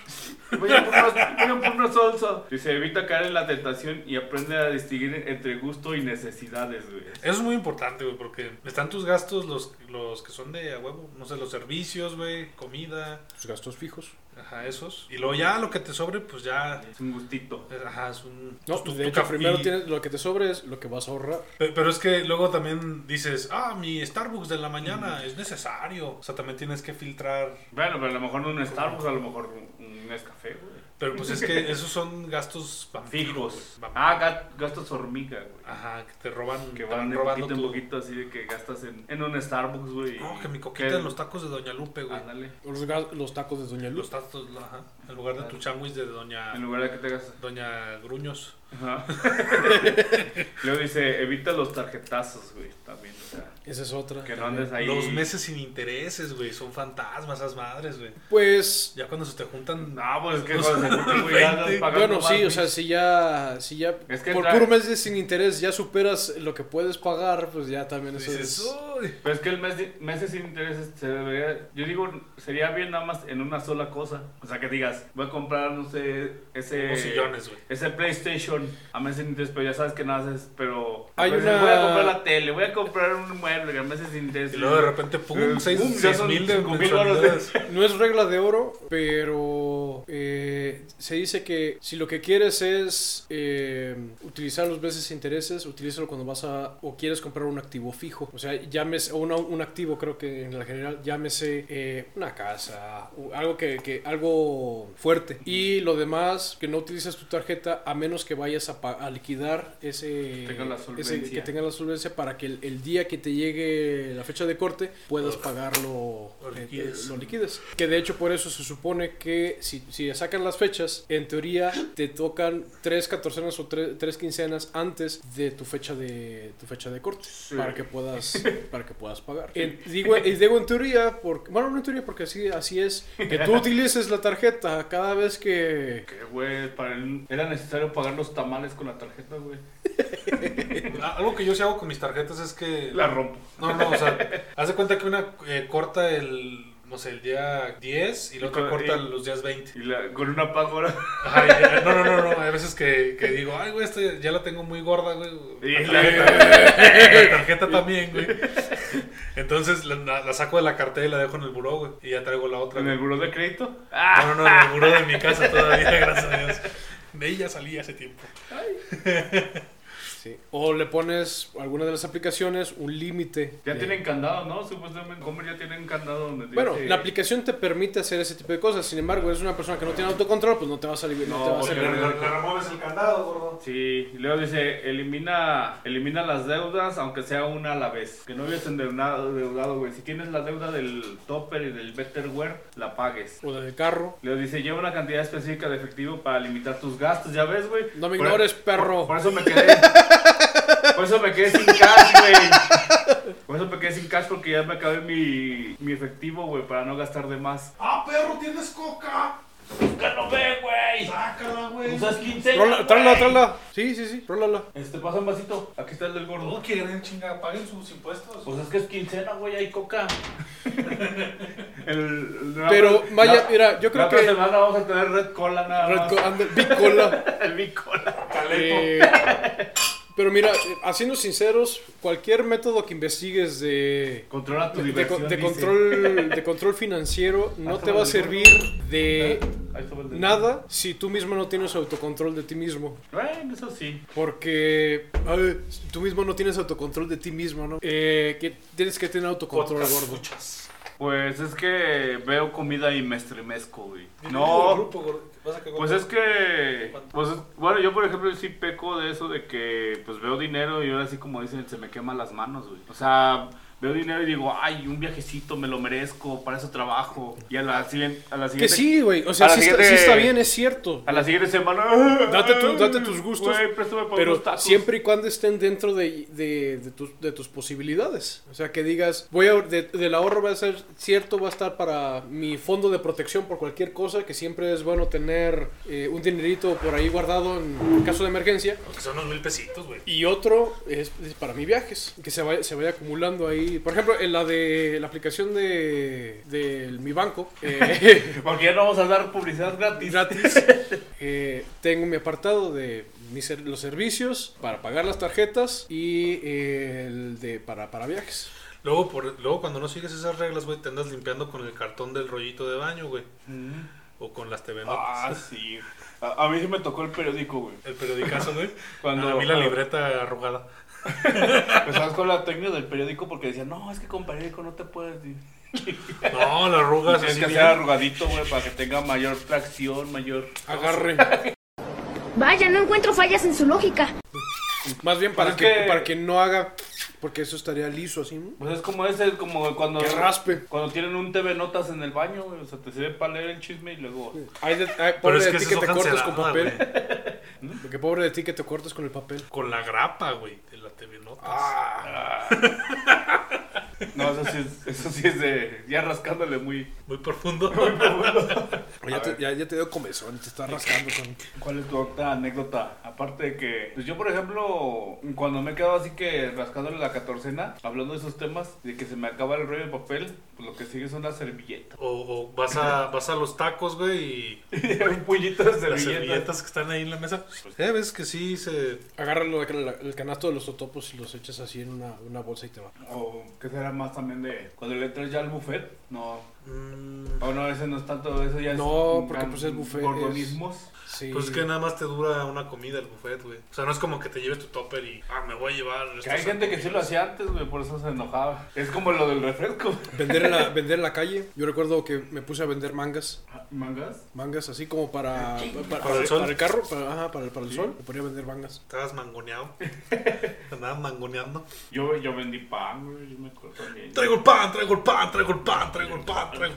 Speaker 1: Vayan por, una, vayan por una salsa. Dice, evita caer en la tentación y aprende a distinguir entre gusto y necesidades, güey.
Speaker 3: Eso es muy importante, güey, porque están tus gastos, los, los que son de a huevo, no sé, los servicios, güey, comida,
Speaker 2: Tus gastos fijos.
Speaker 3: ajá, esos. Y luego ya lo que te sobre, pues ya,
Speaker 1: Es un gustito.
Speaker 3: eh, ajá, es un...
Speaker 2: No,
Speaker 3: pues, tu-
Speaker 2: de
Speaker 3: tu
Speaker 2: hecho,
Speaker 3: caf-
Speaker 2: primero
Speaker 3: y-
Speaker 2: tienes lo que te sobre es lo que vas a ahorrar.
Speaker 3: pe- Pero es que luego también dices, ah, mi Starbucks de la mañana es necesario. O sea, también tienes que filtrar.
Speaker 1: Bueno, pero a lo mejor no un Starbucks, a lo mejor un, un Nescafé, güey.
Speaker 3: Pero pues es que esos son gastos vampiro,
Speaker 1: Fijos.
Speaker 3: güey, va-
Speaker 1: Ah, ga- gastos hormiga, güey.
Speaker 3: Ajá, que te roban,
Speaker 1: Que
Speaker 3: te
Speaker 1: van de
Speaker 3: Ah, robando
Speaker 1: poquito en
Speaker 3: tu-
Speaker 1: poquito, así de que gastas en, en un Starbucks, güey.
Speaker 3: No, que mi coquita
Speaker 1: coquita
Speaker 3: en los tacos de Doña Lupe, güey.
Speaker 1: Ándale.
Speaker 2: Los, ga- los tacos de Doña
Speaker 3: Los
Speaker 2: Luz.
Speaker 3: tacos, ajá, en lugar de tu changuis de Doña...
Speaker 1: En lugar de que te hagas.
Speaker 3: Doña Gruños.
Speaker 1: Ajá. Luego dice, evita los tarjetazos, güey. También, o sea,
Speaker 2: Esa es otra.
Speaker 1: que no andes ahí.
Speaker 3: Los meses sin intereses, güey. Son fantasmas esas madres, güey.
Speaker 2: Pues,
Speaker 3: Ya cuando se te juntan.
Speaker 1: No, pues es que cuando se juntan, güey, ya andas pagando
Speaker 2: bueno,
Speaker 1: más,
Speaker 2: sí, o
Speaker 1: güey.
Speaker 2: sea, si ya, si ya
Speaker 1: Es que
Speaker 2: por
Speaker 1: trae-
Speaker 2: puro mes de sin interés ya superas lo que puedes pagar, pues ya también eso
Speaker 3: dices,
Speaker 2: es...
Speaker 3: "Uy".
Speaker 1: Pero es que el mes de- meses sin intereses se debería. Yo digo, sería bien nada más en una sola cosa. O sea, que digas, voy a comprar, no sé, ese.
Speaker 3: Unos sillones, güey.
Speaker 1: Ese PlayStation a meses sin intereses, pero ya sabes que no haces. Pero.
Speaker 2: Hay
Speaker 1: pues,
Speaker 2: una-
Speaker 1: Voy a comprar la tele, voy a comprar un mueble a meses sin intereses.
Speaker 3: Y luego de repente, pum,
Speaker 1: Eh,
Speaker 3: seis,
Speaker 1: pum, ya
Speaker 3: seis
Speaker 1: son
Speaker 3: mil de
Speaker 1: cinco mil varos de-
Speaker 3: mensualidades.
Speaker 2: No es regla de oro, pero eh, se dice que si lo que quieres es eh, utilizar los meses sin intereses, utilízalo cuando vas a o quieres comprar un activo fijo. O sea, llámese, o una- un activo creo que en la general, llámese eh, una casa, o algo que, que- algo fuerte. Y lo demás, que no utilices tu tarjeta a menos que vayas a, pa- a liquidar ese,
Speaker 1: Tenga la
Speaker 2: ese- que
Speaker 1: solvencia.
Speaker 2: tenga la solvencia para que el, el día que te llegue la fecha de corte puedas pagarlo
Speaker 3: Lo
Speaker 2: eh, te-
Speaker 3: liquides.
Speaker 2: lo liquides. Que de hecho por eso se supone que si, si sacan las fechas, en teoría te tocan tres catorcenas o tre- tres quincenas antes de tu fecha de tu fecha de corte para que puedas para que puedas pagar. En- digo, y digo en teoría porque bueno, no en teoría porque así así es que tú utilices la tarjeta cada vez que
Speaker 1: Que, güey, para el- era necesario pagar los tamales con la tarjeta, güey.
Speaker 3: Ah, Algo que yo sí hago con mis tarjetas es que.
Speaker 1: La rompo.
Speaker 3: No, no, o sea, hace cuenta que una eh, corta el. No sé, el día 10 y la
Speaker 1: Y
Speaker 3: otra
Speaker 1: con-
Speaker 3: corta
Speaker 1: y-
Speaker 3: los días 20.
Speaker 1: Y la- con una pagora.
Speaker 3: Ajá, y- eh, no, no, no, no. Hay veces que, que digo, ay, güey, esta ya la tengo muy gorda, güey.
Speaker 1: Y
Speaker 3: la tarjeta también, güey. Entonces la, la- la saco de la cartera y la dejo en el buró, güey. Y ya traigo la otra.
Speaker 1: En el
Speaker 3: güey.
Speaker 1: buró de crédito. Ah,
Speaker 3: No, no, no, en el buró de mi casa todavía, gracias a Dios. De ella salí hace tiempo.
Speaker 2: sí. o le pones a alguna de las aplicaciones un límite
Speaker 1: Ya
Speaker 2: de-
Speaker 1: tienen candado, ¿no? Supuestamente, Comer ya tienen candado donde
Speaker 2: Bueno,
Speaker 1: dice-
Speaker 2: la aplicación te permite hacer ese tipo de cosas. Sin embargo, eres una persona que no tiene autocontrol, pues no te vas a liberar.
Speaker 1: No,
Speaker 2: No, te vas a
Speaker 1: porque-
Speaker 2: liberar.
Speaker 3: remueves el candado, gordo.
Speaker 1: Sí, y luego dice, elimina, elimina las deudas, aunque sea una a la vez. Que no vives endeudado, endeudado, güey. Si tienes la deuda del topper y del betterware, la pagues.
Speaker 2: O del carro.
Speaker 1: Luego dice, lleva una cantidad específica de efectivo para limitar tus gastos, ¿ya ves, güey?
Speaker 2: No me
Speaker 1: Por-
Speaker 2: ignores,
Speaker 1: Por,
Speaker 2: perro.
Speaker 1: por eso me quedé... Por eso me quedé sin cash, güey. Por eso me quedé sin cash porque ya me acabé mi, mi efectivo, güey, para no gastar de más.
Speaker 3: ¡Ah, perro, tienes coca!
Speaker 1: ¡Ya no ve, güey!
Speaker 3: ¡Sácala, Pues güey!
Speaker 1: ¡Usas 15!
Speaker 2: Rola- Trala, trala. Sí, sí, sí, trólala.
Speaker 1: Este, pasa un vasito. Aquí está el del gordo.
Speaker 3: No quieren, chinga, paguen sus impuestos.
Speaker 1: Pues es que es quincena, güey, hay coca.
Speaker 2: Pero, Maya, mira, yo creo
Speaker 1: la otra
Speaker 2: que-
Speaker 1: semana vamos a tener Red Cola nada
Speaker 2: Red
Speaker 1: más.
Speaker 2: co- ande- Big Cola.
Speaker 1: El Big Cola.
Speaker 3: Caleco.
Speaker 2: Eh, Pero mira, eh, haciendo sinceros, cualquier método que investigues de,
Speaker 1: Controla tu
Speaker 2: de- de-
Speaker 1: diversión.
Speaker 2: de
Speaker 1: dice.
Speaker 2: control, de control financiero no te va a servir de
Speaker 1: Ahí está el dedo.
Speaker 2: nada si tú mismo no tienes autocontrol de ti mismo.
Speaker 1: Bueno, eso sí.
Speaker 2: Porque a ver, tú mismo no tienes autocontrol de ti mismo, ¿no? Eh, que tienes que tener autocontrol,
Speaker 3: Podcast
Speaker 2: gordo.
Speaker 3: escuchas.
Speaker 1: Pues es que veo comida y me estremezco, güey.
Speaker 3: Bienvenido
Speaker 1: No.
Speaker 3: al grupo, gordo. Vas a cagar.
Speaker 1: Pues es que, pues es- bueno, yo por ejemplo sí peco de eso de que pues veo dinero y ahora sí como dicen, se me queman las manos, güey. O sea, veo dinero y digo, ay, un viajecito, me lo merezco, para eso trabajo. Y a la siguiente... A la
Speaker 2: Que
Speaker 1: siguiente
Speaker 2: sí, güey. O
Speaker 1: a
Speaker 2: sea,
Speaker 1: la
Speaker 2: sí está,
Speaker 1: siguiente-
Speaker 2: sí está bien, es cierto.
Speaker 1: A la siguiente semana... "Ah,
Speaker 2: Date, tu-
Speaker 1: ay,
Speaker 2: date tus gustos.
Speaker 1: güey, préstame para
Speaker 2: pero
Speaker 1: unos tacos".
Speaker 2: siempre y cuando estén dentro de, de- de tus, de tus posibilidades. O sea, que digas, voy a, de- del ahorro va a ser cierto, va a estar para mi fondo de protección por cualquier cosa, que siempre es bueno tener eh, un dinerito por ahí guardado en caso de emergencia.
Speaker 3: Aunque son unos mil pesitos, güey.
Speaker 2: Y otro es, es para mi viajes, que se vaya, se vaya acumulando ahí. Por ejemplo, en la de la aplicación de, de mi banco, eh,
Speaker 1: Porque ya no vamos a dar publicidad gratis.
Speaker 2: gratis, eh, tengo mi apartado de mis ser- los servicios para pagar las tarjetas y eh, el de para, para viajes.
Speaker 3: Luego, por, luego cuando no sigues esas reglas, güey, te andas limpiando con el cartón del rollito de baño, güey. O con las TV
Speaker 1: Mm.
Speaker 3: notas.
Speaker 1: Ah, sí. A, a mí sí me tocó el periódico, güey.
Speaker 3: El periodicazo, güey.
Speaker 1: Cuando-
Speaker 3: a mí la
Speaker 1: cuando-
Speaker 3: libreta arrugada.
Speaker 1: Empezabas con la técnica del periódico porque decían, no, es que con periódico no te puedes... ir".
Speaker 3: No, la arruga
Speaker 1: Tienes que hacer arrugadito, güey, para que tenga mayor tracción, mayor...
Speaker 2: Agarre.
Speaker 7: Vaya, no encuentro fallas en su lógica.
Speaker 2: Más bien para,
Speaker 1: Pues
Speaker 2: que,
Speaker 1: es que-
Speaker 2: para que no haga, porque eso estaría liso así. ¿no?
Speaker 1: Pues es como ese, como cuando...
Speaker 2: Que raspe.
Speaker 1: Cuando tienen un TV Notas en el baño, güey, o sea, te sirve para leer el chisme y luego...
Speaker 2: Hay de, hay-
Speaker 3: Pero
Speaker 2: pobre
Speaker 3: es
Speaker 2: de
Speaker 3: que
Speaker 2: ti
Speaker 3: esa
Speaker 2: que
Speaker 3: es
Speaker 2: te
Speaker 3: hoja
Speaker 2: cortas con
Speaker 3: encerada,
Speaker 2: papel. Porque pobre de ti que te cortas con el papel.
Speaker 3: Con la grapa, güey, de la TV notas.
Speaker 1: Ah. No, eso sí es, eso sí es de... Ya rascándole muy...
Speaker 3: Muy profundo.
Speaker 2: Ya te, ya, ya te dio comezón, te está rascando con...
Speaker 1: ¿Cuál es tu otra anécdota? Aparte de que, pues yo por ejemplo, cuando me he quedado así que rascándole la catorcena, hablando de esos temas, de que se me acaba el rollo de papel, pues lo que sigue es una servilleta.
Speaker 3: O, o vas, a, vas a los tacos, güey, y
Speaker 1: un puñito de
Speaker 3: las
Speaker 1: servilleta.
Speaker 3: servilletas que están ahí en la mesa. Eh, ves que sí se...
Speaker 2: Agarra lo- la- el canasto de los totopos y los echas así en una, una bolsa y te va.
Speaker 1: O que será más también de cuando le entras ya al buffet, no.
Speaker 3: mm,
Speaker 1: O no, ese no es tanto, eso ya es.
Speaker 2: No, porque, pues, el buffet es-
Speaker 1: Gordonismos.
Speaker 2: Sí.
Speaker 3: Pues es que nada más te dura una comida el buffet, güey. O sea, no es como que te lleves tu topper y... Ah, me voy a llevar...
Speaker 1: Que
Speaker 3: estos
Speaker 1: hay gente que sí lo hacía antes, güey, por eso se enojaba. Es como lo del refresco.
Speaker 2: Vender en, la, vender en la calle. Yo recuerdo que me puse a vender mangas.
Speaker 1: ¿Mangas?
Speaker 2: Mangas así como para... Para,
Speaker 3: Para el sol.
Speaker 2: para carro. Para, ajá, para, el- para el sol. Me ponía a vender mangas.
Speaker 3: Estabas mangoneado. Andabas mangoneando.
Speaker 1: Yo, yo vendí pan, güey, yo me acuerdo también.
Speaker 3: Traigo el pan, traigo el pan, traigo el pan, traigo el pan, traigo...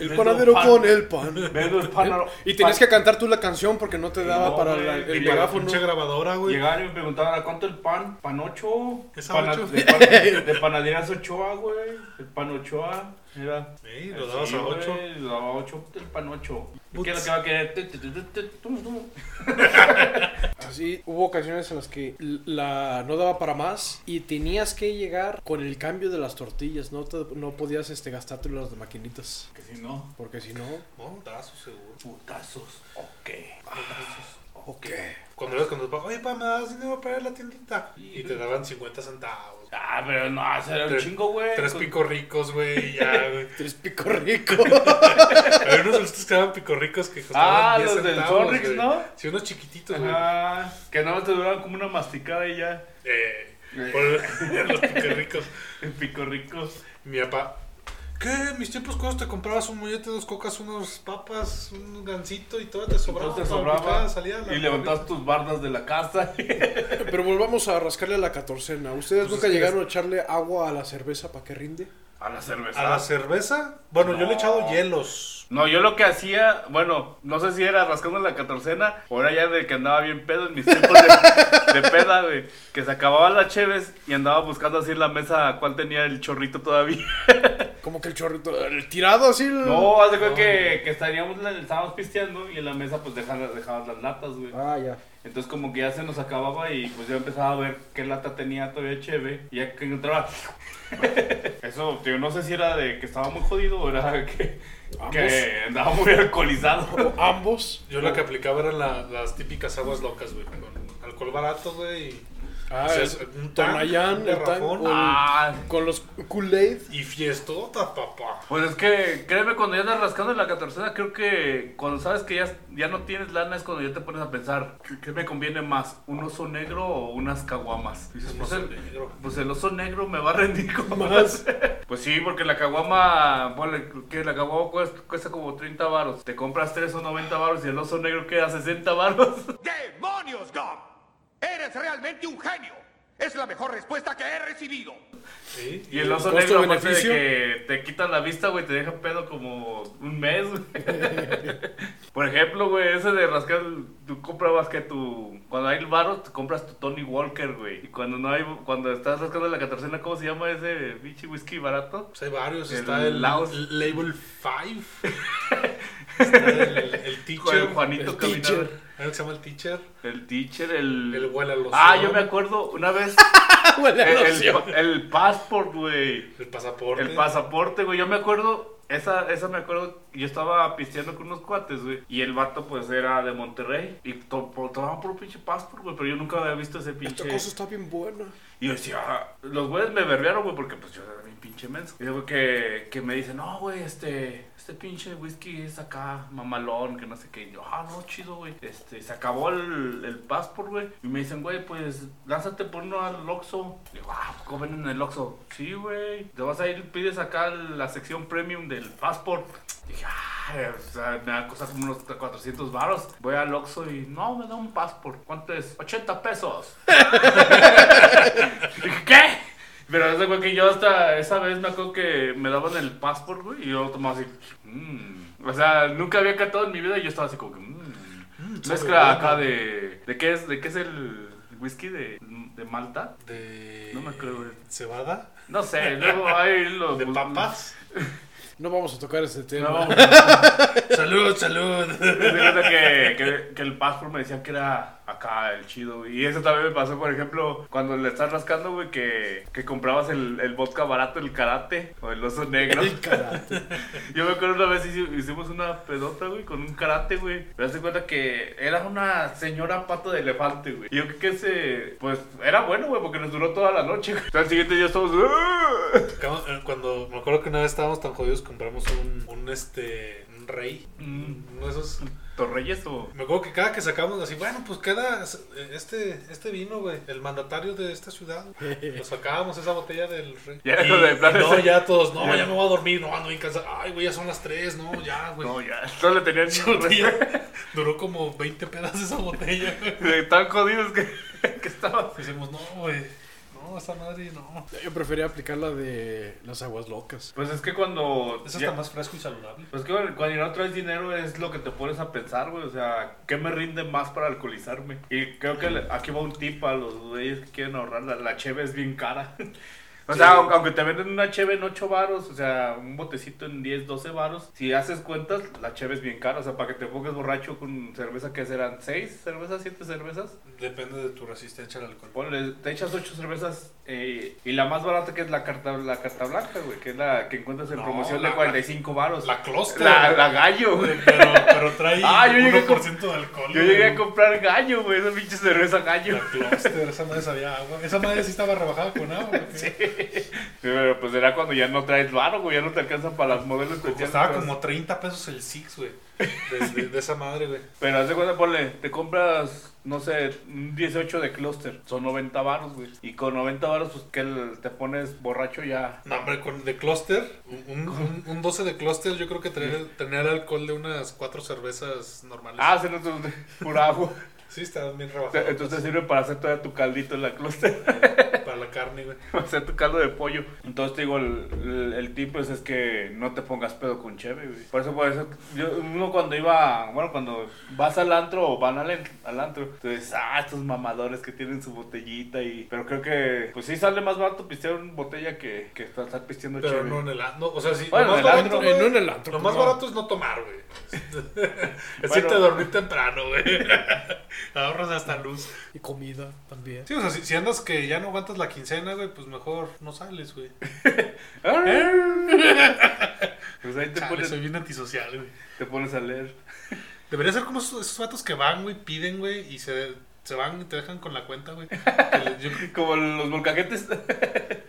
Speaker 2: El
Speaker 1: Vendo
Speaker 2: panadero
Speaker 1: pan.
Speaker 2: con el pan.
Speaker 1: Vendo el pan. a-
Speaker 2: Y tenías que cantar tú la canción porque no te daba
Speaker 1: No,
Speaker 2: para
Speaker 1: güey, y
Speaker 2: la- el
Speaker 1: para la
Speaker 2: megáfono.
Speaker 3: Pinche grabadora, güey.
Speaker 1: Llegaron y me preguntaban, ¿a cuánto el pan? ¿Pan ocho?
Speaker 3: ¿Es a
Speaker 1: Pana-
Speaker 3: ocho?
Speaker 1: De, pan, de panaderías Ochoa, güey. El pan Ochoa. Era.
Speaker 3: Sí, lo dabas a
Speaker 1: Eh, güey,
Speaker 3: ocho.
Speaker 1: Lo daba a ocho, el pan ocho. ¿Y
Speaker 3: Ups.
Speaker 1: ¿Qué es lo que va a querer? Tu, tu, tu, tu, tu, tu.
Speaker 2: Así hubo ocasiones en las que l- la no daba para más y tenías que llegar con el cambio de las tortillas. No, te- no podías este, gastarte las de maquinitas.
Speaker 1: Que si no,
Speaker 2: Porque si no...
Speaker 3: No, tazo seguro.
Speaker 1: putazos. Ok.
Speaker 2: Ok.
Speaker 3: Cuando ves con tus papás, oye, pa, me das dinero para ir a la tiendita. Y te daban 50 centavos.
Speaker 1: Ah, pero no, eso era un
Speaker 3: Tres-
Speaker 1: chingo, güey.
Speaker 3: Tres
Speaker 1: Con-
Speaker 3: picos ricos, güey, y ya, güey.
Speaker 2: Tres pico rico.
Speaker 3: Había unos dulces que daban picos ricos que costaban
Speaker 1: Ah,
Speaker 3: 10
Speaker 1: los del
Speaker 3: centavos,
Speaker 1: Sonrix,
Speaker 3: güey.
Speaker 1: ¿no?
Speaker 3: Sí, unos chiquititos, güey.
Speaker 1: Ajá. Que nada más te duraban como una masticada y ya.
Speaker 3: Eh, por- los picos ricos.
Speaker 1: El pico rico.
Speaker 3: Mi papá. ¿Qué? En mis tiempos cuando te comprabas un mollete, dos cocas, unas papas, un gancito y todo te sobraba.
Speaker 1: Entonces te
Speaker 3: pa,
Speaker 1: sobraba.
Speaker 3: picada, salía la-
Speaker 1: Y levantabas tus bardas de la casa.
Speaker 2: Pero volvamos a rascarle a la catorcena. ¿Ustedes
Speaker 3: Pues
Speaker 2: nunca
Speaker 3: es que
Speaker 2: llegaron a echarle agua a la cerveza para que rinde?
Speaker 1: A la cerveza.
Speaker 3: ¿A la cerveza? Bueno, yo le he echado
Speaker 1: No.
Speaker 3: hielos.
Speaker 1: No, yo lo que hacía, bueno, no sé si era rascando la catorcena, o era ya de que andaba bien pedo en mis tiempos de, de peda, güey, que se acababan las cheves y andaba buscando así en la mesa cuál tenía el chorrito todavía.
Speaker 2: Como que el chorrito, el tirado así. el-
Speaker 1: No, hace que, que estaríamos, estábamos pisteando y en la mesa pues dejaban, dejaban las latas, güey.
Speaker 2: Ah, ya.
Speaker 1: Entonces como que ya se nos acababa y pues yo empezaba a ver qué lata tenía todavía cheve y ya que encontraba... Eso, tío, no sé si era de que estaba muy jodido o era que, que andaba muy alcoholizado.
Speaker 2: O ambos.
Speaker 3: Yo la que aplicaba eran la- las típicas aguas locas, güey. Con alcohol barato, güey. y
Speaker 2: Ah,
Speaker 3: sea,
Speaker 2: es
Speaker 3: un tank,
Speaker 2: Tonayán,
Speaker 3: un
Speaker 2: el tank,
Speaker 3: garrafón.
Speaker 2: o el-
Speaker 1: Ah.
Speaker 2: con los Kool-Aid.
Speaker 3: Y fiestota, papá.
Speaker 1: Pues es que, créeme, cuando ya andas rascando en la catorcena, creo que cuando sabes que ya, ya no tienes lana es cuando ya te pones a pensar, ¿qué, qué me conviene más? ¿Un oso negro o unas caguamas? Dices,
Speaker 3: Un
Speaker 1: pues,
Speaker 3: oso
Speaker 1: el,
Speaker 3: negro.
Speaker 1: pues el oso negro me va a rendir como más. pues sí, porque la caguama, bueno, que la caguama cuesta, cuesta como 30 varos. Te compras 3 o 90 varos y el oso negro queda 60 varos.
Speaker 8: ¡Demonios, Dom! ¡Eres realmente un genio! Es la mejor respuesta que he recibido.
Speaker 3: Sí.
Speaker 1: Y el oso negro, aparte de
Speaker 2: ¿Costo-beneficio?
Speaker 1: que te quitan la vista, güey, te deja pedo como un mes, güey. Por ejemplo, güey, ese de rascar, tú comprabas que tu. Cuando hay el barro, te compras tu Tony Walker, güey. Y cuando no hay. Cuando estás rascando la catorcena, ¿cómo se llama ese bichi whisky barato?
Speaker 3: Pues hay varios.
Speaker 1: El
Speaker 3: está el
Speaker 1: Laos.
Speaker 3: Label 5. está el, el, el Teacher.
Speaker 1: el Juanito
Speaker 2: el
Speaker 1: Caminador.
Speaker 2: teacher.
Speaker 3: Hay uno que se llama el Teacher.
Speaker 1: El teacher, el.
Speaker 3: El huele a loción.
Speaker 1: Ah, yo me acuerdo una vez.
Speaker 2: Huele a
Speaker 1: el,
Speaker 2: loción.
Speaker 1: el, el passport, güey.
Speaker 3: El pasaporte.
Speaker 1: El pasaporte, güey. Yo me acuerdo, esa, esa me acuerdo, yo estaba pisteando con unos cuates, güey. Y el vato, pues, era de Monterrey. Y to- po- tomaban por un pinche passport, güey. Pero yo nunca había visto ese
Speaker 2: Esta
Speaker 1: pinche.
Speaker 2: cosa está bien buena.
Speaker 1: Y yo decía, ah, los güeyes me berrearon, güey, porque pues yo era bien pinche menso. Y luego que, que me dicen, no, güey, este, este pinche whisky es acá, mamalón, que no sé qué. Y yo, ah, no, chido, güey. Este, se acabó el, el passport, güey. Y me dicen, güey, pues lánzate por uno al Oxxo. Y digo, ah, ¿cómo venden en el Oxxo? Sí, güey. Te vas a ir, pides acá la sección premium del passport. Dije, ah, o sea, me da cosas como unos 400 varos. Voy al Oxxo y, no, me da un passport. ¿Cuánto es? 80 pesos. Dije, ¿qué? Pero ese güey que yo hasta esa vez me acuerdo que me daban el passport, güey, y yo lo tomaba así. mm. O sea, nunca había cantado en mi vida y yo estaba así como que. mm. Mezcla
Speaker 3: sabe
Speaker 1: acá
Speaker 3: bueno.
Speaker 1: de. ¿De qué es, de qué es el whisky de, de Malta?
Speaker 3: De.
Speaker 1: No me acuerdo, güey.
Speaker 3: Cebada.
Speaker 1: No sé, luego hay los.
Speaker 3: De papas.
Speaker 2: No vamos a tocar ese tema.
Speaker 1: No,
Speaker 3: salud, salud.
Speaker 1: Me di cuenta que, que, que el passport me decían que era acá el chido, güey. Y eso también me pasó, por ejemplo, cuando le estás rascando, güey, que, que comprabas el, el vodka barato, el karate o el oso negro. El karate. Yo me acuerdo una vez hici- hicimos una pedota, güey, con un karate, güey. Pero hace cuenta que era una señora pato de elefante, güey. Y yo creo que ese, pues, era bueno, güey, porque nos duró toda la noche, güey. O sea, al siguiente día "Ah". estamos...
Speaker 3: Acabo- eh, Cuando me acuerdo que una vez estábamos tan jodidos, compramos un, un, este, un rey.
Speaker 1: Mm.
Speaker 3: Uno de esos.
Speaker 1: ¿Torreyes o...?
Speaker 3: Me acuerdo que cada que sacamos así, bueno, pues queda eh, este, este vino, güey, el mandatario de esta ciudad. Lo sacábamos esa botella del rey.
Speaker 1: Ya, lo de planes.
Speaker 3: no, ya todos, no, ya me voy a dormir, no, ando bien cansado. Ay, güey, ya son las 3, no, ya, güey.
Speaker 1: No, ya, solo le tenían...
Speaker 3: Esa botella duró como 20 pedazos esa botella, güey.
Speaker 1: Tan jodidos que, que estaban...
Speaker 3: Dijimos, no, güey, no, esta madre, no.
Speaker 2: Yo prefería aplicar la de las aguas locas.
Speaker 1: Pues es que cuando.
Speaker 3: Eso
Speaker 1: ya-
Speaker 3: está más fresco y saludable.
Speaker 1: Pues que bueno, cuando ya no traes dinero es lo que te pones a pensar, güey. O sea, ¿qué me rinde más para alcoholizarme? Y creo que le- aquí va un tip a los güeyes que quieren ahorrar. La, la cheve es bien cara. O sea,
Speaker 3: Sí.
Speaker 1: au- aunque te venden una cheve en 8 varos, o sea, un botecito en 10, 12 varos, si haces cuentas, la cheve es bien cara. O sea, para que te pongas borracho con cerveza, que serán? ¿6 cervezas? ¿7 cervezas?
Speaker 3: Depende de tu resistencia al alcohol.
Speaker 1: Ponle, te echas 8 cervezas eh, y la más barata que es la carta, la carta blanca, güey, que es la que encuentras en
Speaker 3: No,
Speaker 1: promoción
Speaker 3: la-
Speaker 1: de 45 varos.
Speaker 3: la Cluster.
Speaker 1: La, la gallo, güey.
Speaker 3: Pero, pero trae
Speaker 1: Ah, yo llegué a
Speaker 3: 1%
Speaker 1: com-
Speaker 3: de alcohol.
Speaker 1: Yo llegué a
Speaker 3: güey.
Speaker 1: comprar gallo, güey, esa pinche cerveza gallo.
Speaker 3: La Cluster, esa madre sabía agua. Esa madre sí estaba rebajada con agua. ¿o qué?
Speaker 1: Pero pues será cuando ya no traes varo, güey, ya no te alcanzan para las modelos
Speaker 3: Pues
Speaker 1: especiales.
Speaker 3: Costaba
Speaker 1: pero-
Speaker 3: como 30 pesos el Six, güey. De, de- de esa madre, güey.
Speaker 1: Pero hace cuenta, ponle, te compras, no sé, un 18 de clúster, son 90 varos, güey. Y con 90 varos, pues que el- te pones borracho ya.
Speaker 3: No, hombre, con de Cluster, un, un, un 12 de Cluster, yo creo que tenía, tenía el alcohol de unas 4 cervezas normales.
Speaker 1: Ah, se nos pura agua.
Speaker 3: Sí, estaban bien
Speaker 1: O
Speaker 3: rebajadas.
Speaker 1: sea, Entonces sirve para hacer todavía tu caldito en la clúster.
Speaker 3: Para la carne, güey.
Speaker 1: Va a ser tu caldo de pollo. Entonces te digo, el, el, el tip pues, es que no te pongas pedo con cheve, güey. Por eso, por eso, yo, uno cuando iba, bueno, cuando vas al antro o van al, en- al antro, entonces, ah, estos mamadores que tienen su botellita y... Pero creo que, pues sí sale más barato pistear una botella que, que estar estar pisteando
Speaker 3: Pero
Speaker 1: cheve.
Speaker 3: no en el antro. O sea, sí.
Speaker 1: Bueno,
Speaker 3: lo
Speaker 1: en el
Speaker 3: más barato,
Speaker 1: antro, pues
Speaker 3: güey,
Speaker 2: no en el antro,
Speaker 3: Lo más
Speaker 2: no.
Speaker 3: barato es no tomar, güey. es
Speaker 1: Bueno.
Speaker 3: irte a dormir temprano, güey. Ahorras hasta luz.
Speaker 2: Y comida también.
Speaker 3: Sí, o sea, si, si andas que ya no aguantas la quincena, güey, pues mejor no sales, güey.
Speaker 1: Ah. Pues ahí te
Speaker 3: Chale,
Speaker 1: pones,
Speaker 3: soy bien antisocial, güey.
Speaker 1: te pones a leer.
Speaker 3: Debería ser como esos, esos vatos que van, güey, piden, güey, y se se van y te dejan con la cuenta, güey. Que les- Yo,
Speaker 1: Como los volcajetes.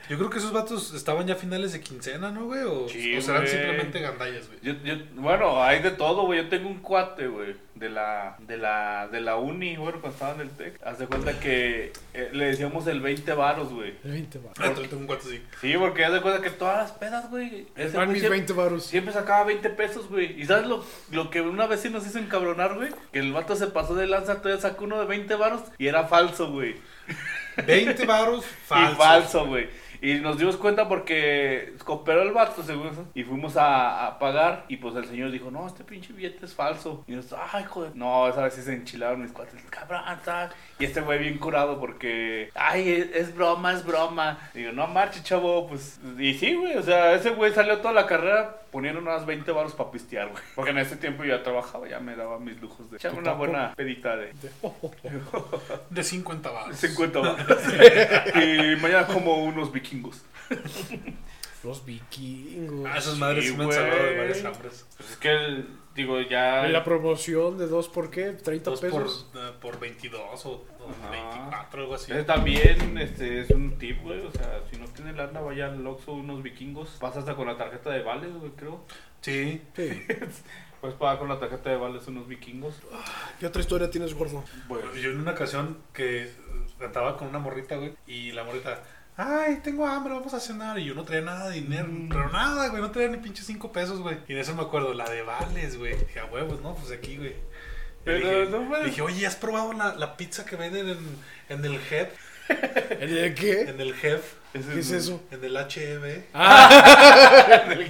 Speaker 3: yo creo que esos vatos estaban ya a finales de quincena, ¿no, güey? O,
Speaker 1: Sí,
Speaker 3: o serán
Speaker 1: güey.
Speaker 3: simplemente gandallas, güey.
Speaker 1: Yo, yo, bueno, hay de todo, güey. Yo tengo un cuate, güey, de la, de la, de la uni, bueno, cuando estaba en el TEC. Haz de cuenta que eh, le decíamos el 20 varos, güey.
Speaker 2: El 20 varos.
Speaker 3: Ah, tengo un cuate así.
Speaker 1: Sí, porque haz de cuenta que todas las pedas, güey. ese
Speaker 2: Van
Speaker 1: güey
Speaker 2: mis
Speaker 1: siempre-
Speaker 2: 20 varos.
Speaker 1: Siempre sacaba 20 pesos, güey. ¿Y sabes lo, lo que una vez sí nos hizo encabronar, güey? Que el vato se pasó de lanza, todavía sacó uno de 20 varos y era falso, güey.
Speaker 3: 20 baros
Speaker 1: Y
Speaker 3: falsos.
Speaker 1: falso, güey. Y nos dimos cuenta porque cooperó el vato, según eso. Y fuimos a, a pagar. Y pues el señor dijo: No, este pinche billete es falso. Y nosotros, ay, joder. No, esa vez sí se enchilaron mis cuates. Cabrón, tal. Y este güey bien curado porque, ay, es, es broma, es broma. Y digo, no marche, chavo. Pues, y sí, güey. O sea, ese güey salió toda la carrera poniendo unas 20 baros para pistear, güey. Porque en ese tiempo yo ya trabajaba, ya me daba mis lujos de echarme una
Speaker 2: taco?
Speaker 1: buena pedita de.
Speaker 3: De 50 baros.
Speaker 1: 50 baros. y mañana como unos vikingos.
Speaker 2: Los vikingos.
Speaker 3: Ah, esas madres
Speaker 1: Sí,
Speaker 3: sí, me han salvado de
Speaker 1: güey.
Speaker 3: varias hambres.
Speaker 1: Pues es que, el- digo, ya.
Speaker 2: Y la promoción de dos por qué? 30
Speaker 3: Dos por,
Speaker 2: pesos.
Speaker 3: eh, por 22 o, o 24, algo así.
Speaker 1: Pero también este, es un tip, güey. O sea, si no tiene lana, vaya al Oxxo unos vikingos. Pasa hasta con la tarjeta de vales, güey, creo.
Speaker 3: Sí.
Speaker 2: Sí.
Speaker 1: Puedes pagar con la tarjeta de vales unos vikingos.
Speaker 9: ¿Qué otra historia tienes, gordo?
Speaker 1: Bueno,
Speaker 3: Yo en una ocasión que eh, andaba con una morrita, güey, y la morrita, ay, tengo hambre, vamos a cenar. Y yo no traía nada de dinero,
Speaker 1: Mm.
Speaker 3: pero nada, güey, no traía ni pinche cinco pesos, güey. Y de eso me acuerdo, la de vales, güey. Dije, a huevos, ¿no? Pues aquí, güey. Y
Speaker 1: Pero
Speaker 3: dije,
Speaker 1: no mames.
Speaker 3: dije, oye, ¿has probado la, la pizza que venden en, en el Head?
Speaker 2: ¿El de
Speaker 1: ¿Eh?
Speaker 2: qué?
Speaker 3: En el Hef,
Speaker 2: ¿Qué es eso?
Speaker 3: en el E HEB,
Speaker 1: Ah.
Speaker 3: en el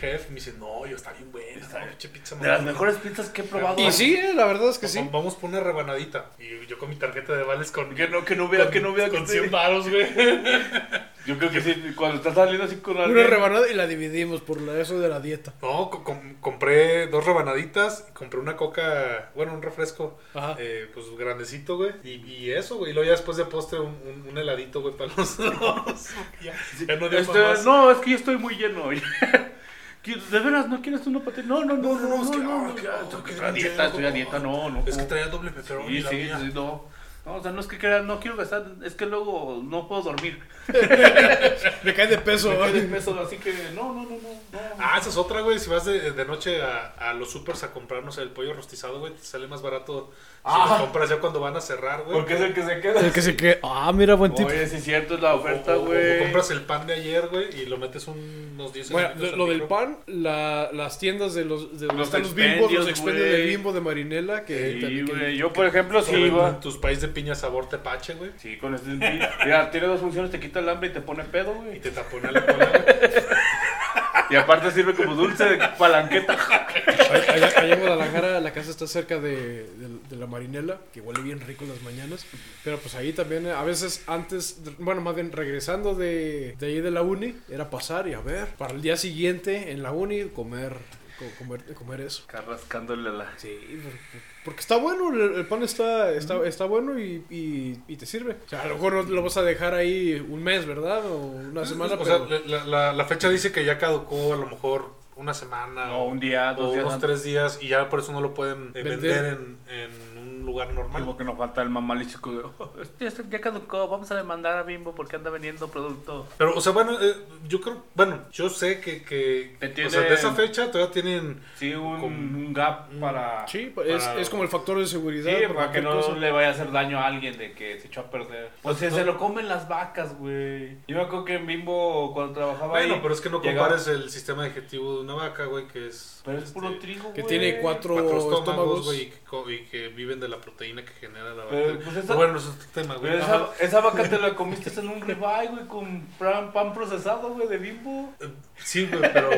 Speaker 3: Hef. Me dice, no, yo está bien buena, está pinche pizza
Speaker 1: De las
Speaker 3: mamona".
Speaker 1: mejores pizzas que he probado.
Speaker 2: Y sí, eh, la verdad es que sí.
Speaker 3: Vam- Vamos por una rebanadita. Y yo con mi tarjeta de vales con.
Speaker 1: Que no, que no vea,
Speaker 3: con-
Speaker 1: que no vea.
Speaker 3: Con
Speaker 1: que
Speaker 3: 100
Speaker 1: sí.
Speaker 3: baros, güey.
Speaker 1: Yo creo que sí, cuando estás saliendo así con
Speaker 9: Una
Speaker 1: alguien.
Speaker 9: rebanada y la dividimos por la- eso de la dieta.
Speaker 3: No, co- com- compré dos rebanaditas, compré una coca, bueno, un refresco,
Speaker 2: Ajá.
Speaker 3: eh, pues grandecito, güey. Y, y eso, güey. Y luego ya después de postre un, un- un heladito, güey, para los dos. ya, ya no dio
Speaker 1: Este,
Speaker 3: pa' más.
Speaker 1: no, es que yo estoy muy lleno. ¿De veras no quieres uno para ti? No, no, no, no, no,
Speaker 3: es que-
Speaker 1: no,
Speaker 3: ah,
Speaker 1: no,
Speaker 3: que-
Speaker 1: ya,
Speaker 3: ah,
Speaker 1: estoy-
Speaker 3: que
Speaker 1: estoy
Speaker 3: traía
Speaker 1: a dieta,
Speaker 3: lleno,
Speaker 1: estoy a
Speaker 3: como-
Speaker 1: dieta, no, no.
Speaker 3: Es que
Speaker 1: como-
Speaker 3: traía doble peperón
Speaker 1: Sí,
Speaker 3: la
Speaker 1: sí,
Speaker 3: mía.
Speaker 1: sí, no. No, o sea, no es que quiera, no quiero gastar, es que luego no puedo dormir.
Speaker 9: Me cae de peso,
Speaker 1: Me cae de
Speaker 9: ¿vale?
Speaker 1: peso, así que no, no, no, no. no.
Speaker 3: Ah, esa es otra, güey. Si vas de, de noche a, a los supers a comprarnos el pollo rostizado, güey, te sale más barato si lo compras ya cuando van a cerrar, güey.
Speaker 1: Ah. Porque es el que se queda.
Speaker 2: El que se que. Ah, mira, buen tip.
Speaker 1: Oye, si es cierto, es la oferta,
Speaker 3: O- o- o
Speaker 1: güey.
Speaker 3: compras el pan de ayer, güey, y lo metes un- unos 10
Speaker 2: Bueno,
Speaker 3: segunditos
Speaker 2: lo,
Speaker 3: al
Speaker 2: lo del
Speaker 3: micro.
Speaker 2: pan, la- las tiendas de los, de donde
Speaker 1: Los
Speaker 2: están los bimbos,
Speaker 1: expendios,
Speaker 2: los expendios
Speaker 1: güey.
Speaker 2: de bimbo de marinela, que,
Speaker 1: Sí,
Speaker 2: también que-
Speaker 1: güey, yo por ejemplo
Speaker 3: Que
Speaker 1: sí
Speaker 3: venden
Speaker 1: iba.
Speaker 3: Tus país de piña sabor tepache, güey.
Speaker 1: Sí, con este. Mira, tiene dos funciones, te quita el hambre y te pone pedo,
Speaker 3: Y
Speaker 1: güey.
Speaker 3: te tapona la cola, güey.
Speaker 1: Y aparte sirve como dulce de palanqueta.
Speaker 2: Allá, allá en Guadalajara la casa está cerca de, de- de la marinela, que huele bien rico en las mañanas. Pero pues ahí también eh, a veces antes, de- bueno, más bien regresando de, de ahí de la uni, era pasar y a ver, para el día siguiente en la uni comer, co- comer, comer eso.
Speaker 1: Carrascándole la.
Speaker 2: Sí, por- porque está bueno, el, el pan está, está, está bueno y, y- y te sirve. O sea, a lo mejor no lo vas a dejar ahí un mes, ¿verdad? O una semana,
Speaker 3: Pues, o sea,
Speaker 2: pero...
Speaker 3: la, la- la fecha dice que ya caducó a lo mejor una semana
Speaker 1: No, un día,
Speaker 3: o
Speaker 1: dos días.
Speaker 3: unos
Speaker 1: antes.
Speaker 3: tres días y ya por eso no lo pueden eh,
Speaker 2: Vender.
Speaker 3: vender en, en un lugar normal.
Speaker 1: Como que nos falta el mamalichico de. "Oh, ya, ya caducó, vamos a demandar a Bimbo porque anda vendiendo producto.
Speaker 3: Pero, o sea, bueno, eh, yo creo, bueno, yo sé que, que
Speaker 1: Te
Speaker 3: o
Speaker 1: tienen-
Speaker 3: sea, de esa fecha todavía tienen
Speaker 1: Sí, un,
Speaker 3: Como-
Speaker 1: un gap
Speaker 3: Mm.
Speaker 1: para.
Speaker 2: Sí, es,
Speaker 1: para-
Speaker 2: es como el factor de
Speaker 1: Sí,
Speaker 2: seguridad. por
Speaker 1: para que
Speaker 2: cualquier
Speaker 1: no
Speaker 2: cosa.
Speaker 1: le vaya a hacer daño a alguien de que se echó a perder.
Speaker 3: Pues
Speaker 1: O sea, se lo comen las vacas, güey. Yo me acuerdo que en Bimbo, cuando trabajaba ahí.
Speaker 3: Bueno, pero es que no
Speaker 1: llegaba-
Speaker 3: compares el sistema digestivo de una vaca, güey, que es...
Speaker 1: Pero es puro
Speaker 3: este,
Speaker 1: trigo,
Speaker 2: Que
Speaker 1: güey.
Speaker 2: tiene cuatro,
Speaker 3: cuatro estómagos,
Speaker 2: estómagos.
Speaker 3: güey, y, que co- y que viven de la proteína que genera la
Speaker 1: Pero,
Speaker 3: bacteria.
Speaker 1: pues, esa-
Speaker 3: Pero bueno, eso es otro tema, güey.
Speaker 1: Güey, esa,
Speaker 3: Ajá.
Speaker 1: esa vaca te la comiste en un ribeye, güey, con pan, pan procesado, güey, de Bimbo.
Speaker 3: Eh, Sí, güey, pero...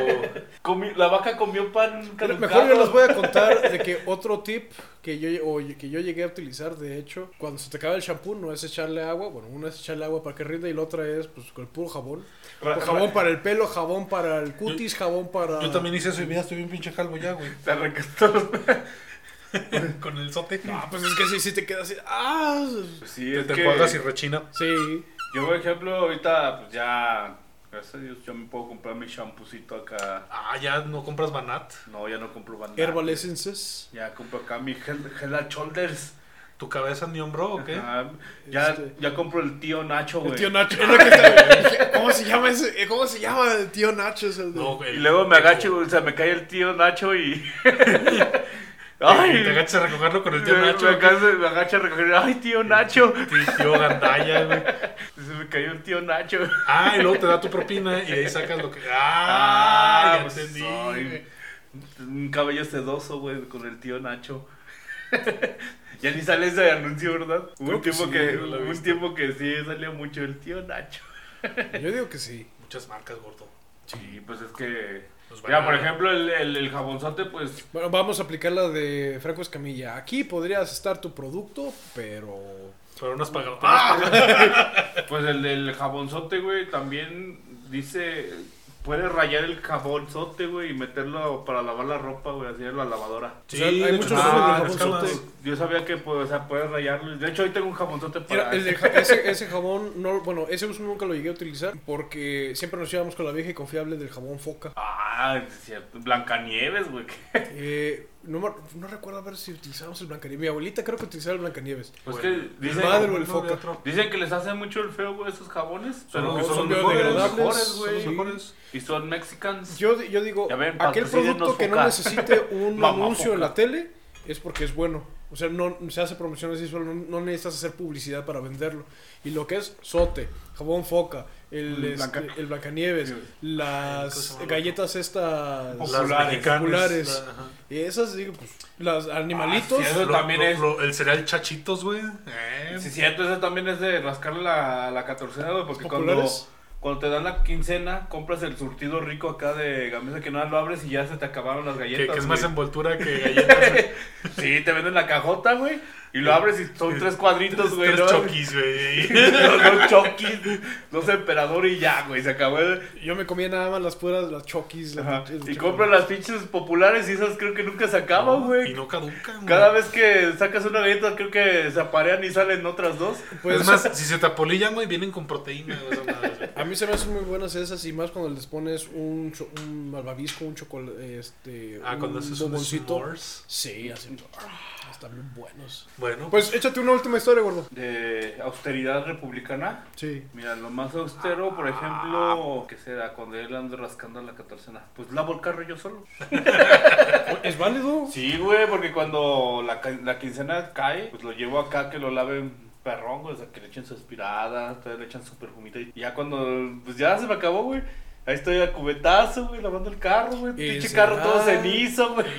Speaker 1: Comi- la vaca comió pan
Speaker 2: Pero
Speaker 1: caducado.
Speaker 2: Mejor yo les voy a contar de que otro tip que yo, o que yo llegué a utilizar, de hecho, cuando se te acaba el shampoo, no es echarle agua. Bueno, una es echarle agua para que rinda y la otra es pues con el puro jabón.
Speaker 1: Ra-
Speaker 2: Pues, jabón
Speaker 9: eh,
Speaker 2: para el pelo, jabón para el cutis, jabón para.
Speaker 3: Yo también hice eso y mira, estoy bien pinche calvo ya, güey.
Speaker 1: Se recastó los
Speaker 3: Con el sote.
Speaker 2: Ah, pues es que sí, sí te quedas así. ¡Ah!
Speaker 1: Pues Sí,
Speaker 3: Te,
Speaker 1: es
Speaker 3: te
Speaker 1: que
Speaker 3: enjuagas y rechina.
Speaker 2: Sí.
Speaker 1: yo, por ejemplo, ahorita, pues ya, gracias a Dios, yo me puedo comprar mi champucito acá.
Speaker 3: Ah, ya no compras banat.
Speaker 1: No, ya no compro banana.
Speaker 2: Herbal essences.
Speaker 1: Ya compro acá mi gel, gel and shoulders.
Speaker 3: tu cabeza ni hombro o qué?
Speaker 1: Ah, ya,
Speaker 9: Este-
Speaker 1: ya compro el tío Nacho, güey.
Speaker 9: El tío Nacho. es lo que te- ¿Cómo se llama ese? eh, ¿Cómo se llama el tío Nacho? Es el de...
Speaker 3: No,
Speaker 1: Y
Speaker 3: el-
Speaker 1: luego me
Speaker 3: el-
Speaker 1: agacho, o sea, me cae el tío Nacho y.
Speaker 3: Ay,
Speaker 1: Ay,
Speaker 3: te agachas a recogerlo con el tío
Speaker 1: me-
Speaker 3: Nacho.
Speaker 1: Me, agacho, me agacho a recoger. Ay, tío Nacho.
Speaker 3: Tío- Tío Gandaya, güey.
Speaker 1: Se me cayó el tío Nacho.
Speaker 3: Ah, y luego te da tu propina y de ahí sacas lo que. Ah,
Speaker 1: Ah,
Speaker 3: ya
Speaker 1: pues
Speaker 3: entendí.
Speaker 1: soy
Speaker 3: güey.
Speaker 1: Un cabello sedoso, güey, con el tío Nacho. ya ni sale ese anuncio, ¿verdad? Hubo un
Speaker 3: que
Speaker 1: tiempo
Speaker 3: sí,
Speaker 1: que,
Speaker 3: no lo he
Speaker 1: hubo un
Speaker 3: visto.
Speaker 1: tiempo que sí salía mucho el tío Nacho.
Speaker 2: Yo digo que sí.
Speaker 3: Muchas marcas, gordo.
Speaker 1: Sí, pues es que.
Speaker 3: Los
Speaker 1: Mira,
Speaker 3: van a-
Speaker 1: por ejemplo, el, el, el jabonzote, pues.
Speaker 2: Bueno, vamos a aplicar la de Franco Escamilla. Aquí podrías estar tu producto, pero.
Speaker 3: Pero unas Ah, pagadas.
Speaker 1: Ah. Pues el del jabonzote, güey, también dice. Puedes rayar el jabonzote, güey, y meterlo para lavar la ropa, güey, así en la lavadora.
Speaker 2: O sea, hay
Speaker 3: de
Speaker 2: muchos
Speaker 3: hecho,
Speaker 2: usos
Speaker 3: ah,
Speaker 2: del
Speaker 3: es
Speaker 2: jabonzote.
Speaker 3: que los-
Speaker 1: Yo sabía que pues, o sea, puedes rayarlo. De hecho, hoy tengo un jabonzote para.
Speaker 2: Mira, el del ja- ese, ese jabón, no, bueno, ese uso nunca lo llegué a utilizar porque siempre nos llevamos con la vieja y confiable del jabón foca.
Speaker 1: Ah, es cierto. Blancanieves, güey. que-
Speaker 2: Eh, no, me- no recuerdo haber si utilizamos el Blancanieves. Mi abuelita creo que utilizaba el Blancanieves.
Speaker 1: Pues
Speaker 3: Bueno,
Speaker 1: que dicen,
Speaker 2: madre, güey.
Speaker 3: el
Speaker 2: foca.
Speaker 3: de otro.
Speaker 1: dicen que les hace mucho el feo, güey, esos jabones.
Speaker 3: Son
Speaker 1: pero
Speaker 3: los
Speaker 1: que son,
Speaker 3: son
Speaker 1: los mejores,
Speaker 2: biodegradables,
Speaker 1: mejores,
Speaker 2: son
Speaker 1: güey.
Speaker 2: los mejores.
Speaker 1: Y son mexicans.
Speaker 2: Yo, di- yo digo,
Speaker 1: Ya ven,
Speaker 2: aquel
Speaker 1: patrocínenos,
Speaker 2: producto que no
Speaker 1: Foca.
Speaker 2: necesite un
Speaker 1: Mamá
Speaker 2: anuncio en
Speaker 1: Foca.
Speaker 2: la tele es porque es bueno. O sea, no se hace promociones y solo no, no necesitas hacer publicidad para venderlo. Y lo que es sote, jabón foca, el,
Speaker 1: El
Speaker 2: este,
Speaker 1: Blanca-
Speaker 2: el Blancanieves,
Speaker 3: ¿cómo se
Speaker 2: las
Speaker 3: llama?
Speaker 2: galletas estas
Speaker 3: Las mexicanas,
Speaker 2: populares.
Speaker 3: la- ajá.
Speaker 2: Y esas, digo, pues, las animalitos.
Speaker 1: Ah, sí, Eso
Speaker 3: Lo-
Speaker 1: también
Speaker 3: lo-
Speaker 1: es-
Speaker 3: lo- el cereal chachitos, güey. Eh,
Speaker 1: Sí, cierto, ese también es de rascarle la, la catorcena, güey, porque cuando,
Speaker 2: populares.
Speaker 1: cuando te dan la quincena, compras el surtido rico acá de gamesa que no lo abres y ya se te acabaron las
Speaker 3: que,
Speaker 1: galletas.
Speaker 3: que es más
Speaker 1: güey.
Speaker 3: envoltura que galletas. güey.
Speaker 1: Sí, te venden la cajota, güey, y lo abres y son tres cuadritos, güey.
Speaker 3: Tres
Speaker 1: ¿no?
Speaker 3: choquis, güey.
Speaker 1: los dos choquis, dos emperador y ya, güey, se acabó el...
Speaker 2: Yo me comía nada más las puras, las chokis. las
Speaker 1: Ajá.
Speaker 2: pinches de
Speaker 1: Y
Speaker 2: chocolate.
Speaker 1: compran las pinches populares y esas creo que nunca se acaban,
Speaker 3: Y
Speaker 1: güey.
Speaker 3: no caducan,
Speaker 1: Cada
Speaker 3: güey.
Speaker 1: vez que sacas una galleta creo que se aparean y salen otras dos.
Speaker 2: Pues-
Speaker 3: es más, si se te apolillan, güey, vienen con proteína. güey, esas madres, güey.
Speaker 2: A mí se me hacen muy buenas esas y más cuando les pones un, cho- un malvavisco, un chocolate, este,
Speaker 3: Ah, cuando haces un
Speaker 2: bomboncito.
Speaker 3: s'mores.
Speaker 2: Sí, así. ah, Están bien buenos.
Speaker 3: Bueno, pues
Speaker 2: Pues échate una última historia, gordo.
Speaker 1: De austeridad republicana.
Speaker 2: Sí.
Speaker 1: Mira, lo más austero, por ejemplo, ¿qué será? Cuando él anda rascando la catorcena. Pues lavo el carro yo solo.
Speaker 2: ¿Es válido?
Speaker 1: Sí, güey, porque cuando la, ca- la quincena cae, pues lo llevo acá que lo laven perrón, güey, o sea, que le echen su aspirada, todavía le echan su perfumito. Y ya cuando, pues ya se me acabó, güey. Ahí estoy a cubetazo, güey, lavando el carro, güey.
Speaker 2: Y
Speaker 1: Pinche
Speaker 2: se
Speaker 1: carro
Speaker 2: va.
Speaker 1: todo cenizo, güey.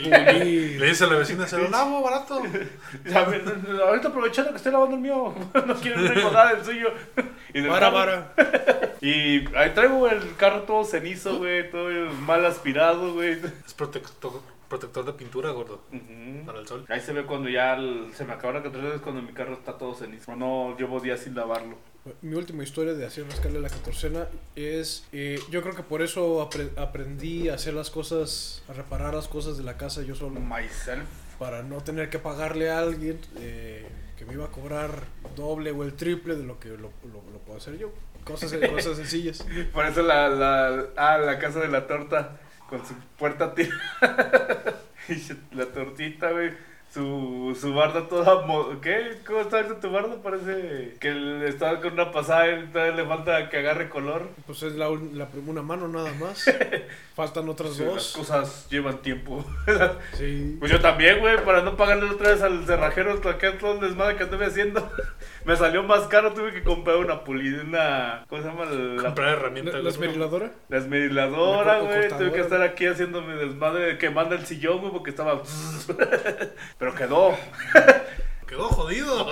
Speaker 3: le dice a la vecina, se lo lavo barato.
Speaker 1: A ver, Ahorita aprovechando que estoy lavando el mío, no quiero recordar el suyo. Y del
Speaker 2: Para,
Speaker 1: carro-
Speaker 2: para.
Speaker 1: Y ahí traigo güey, el carro todo cenizo, güey, todo mal aspirado, güey.
Speaker 3: Es protector, protector de pintura, gordo.
Speaker 1: Ujú.
Speaker 3: Para el sol.
Speaker 1: Ahí se ve cuando ya el- se me acaba la catorce, es cuando mi carro está todo cenizo. No llevo días sin lavarlo.
Speaker 2: Mi última historia de hacer rascarle la catorcena es, eh, yo creo que por eso apre- aprendí a hacer las cosas, a reparar las cosas de la casa yo solo.
Speaker 1: Myself.
Speaker 2: para no tener que pagarle a alguien eh, que me iba a cobrar doble o el triple de lo que lo, lo- lo puedo hacer yo. Cosas, cosas sencillas.
Speaker 1: Por eso la, la, ah, la casa de la torta, con su puerta tirada. Y la tortita, güey. Su, su barda toda... mo- ¿Qué? ¿Cómo está ahorita tu barda? Parece que le está con una pasada y todavía le falta que agarre color.
Speaker 2: Pues es la, un- la prim- una mano nada más. Faltan
Speaker 1: Las
Speaker 2: otras dos.
Speaker 1: cosas llevan tiempo.
Speaker 2: Sí.
Speaker 1: Pues yo también, güey, para no pagarle otra vez al cerrajero hasta que todo el desmadre que estuve haciendo. Me salió más caro, tuve que comprar una pulida, una. ¿Cómo se llama? La,
Speaker 3: Comprar herramientas.
Speaker 2: La, la
Speaker 3: gordo.
Speaker 2: esmeriladora.
Speaker 1: la esmeriladora,
Speaker 2: Una co-
Speaker 1: güey. Tuve que
Speaker 2: cortadora.
Speaker 1: estar aquí haciéndome desmadre, quemando el sillón, güey, porque estaba. Pero quedó.
Speaker 3: Quedó jodido.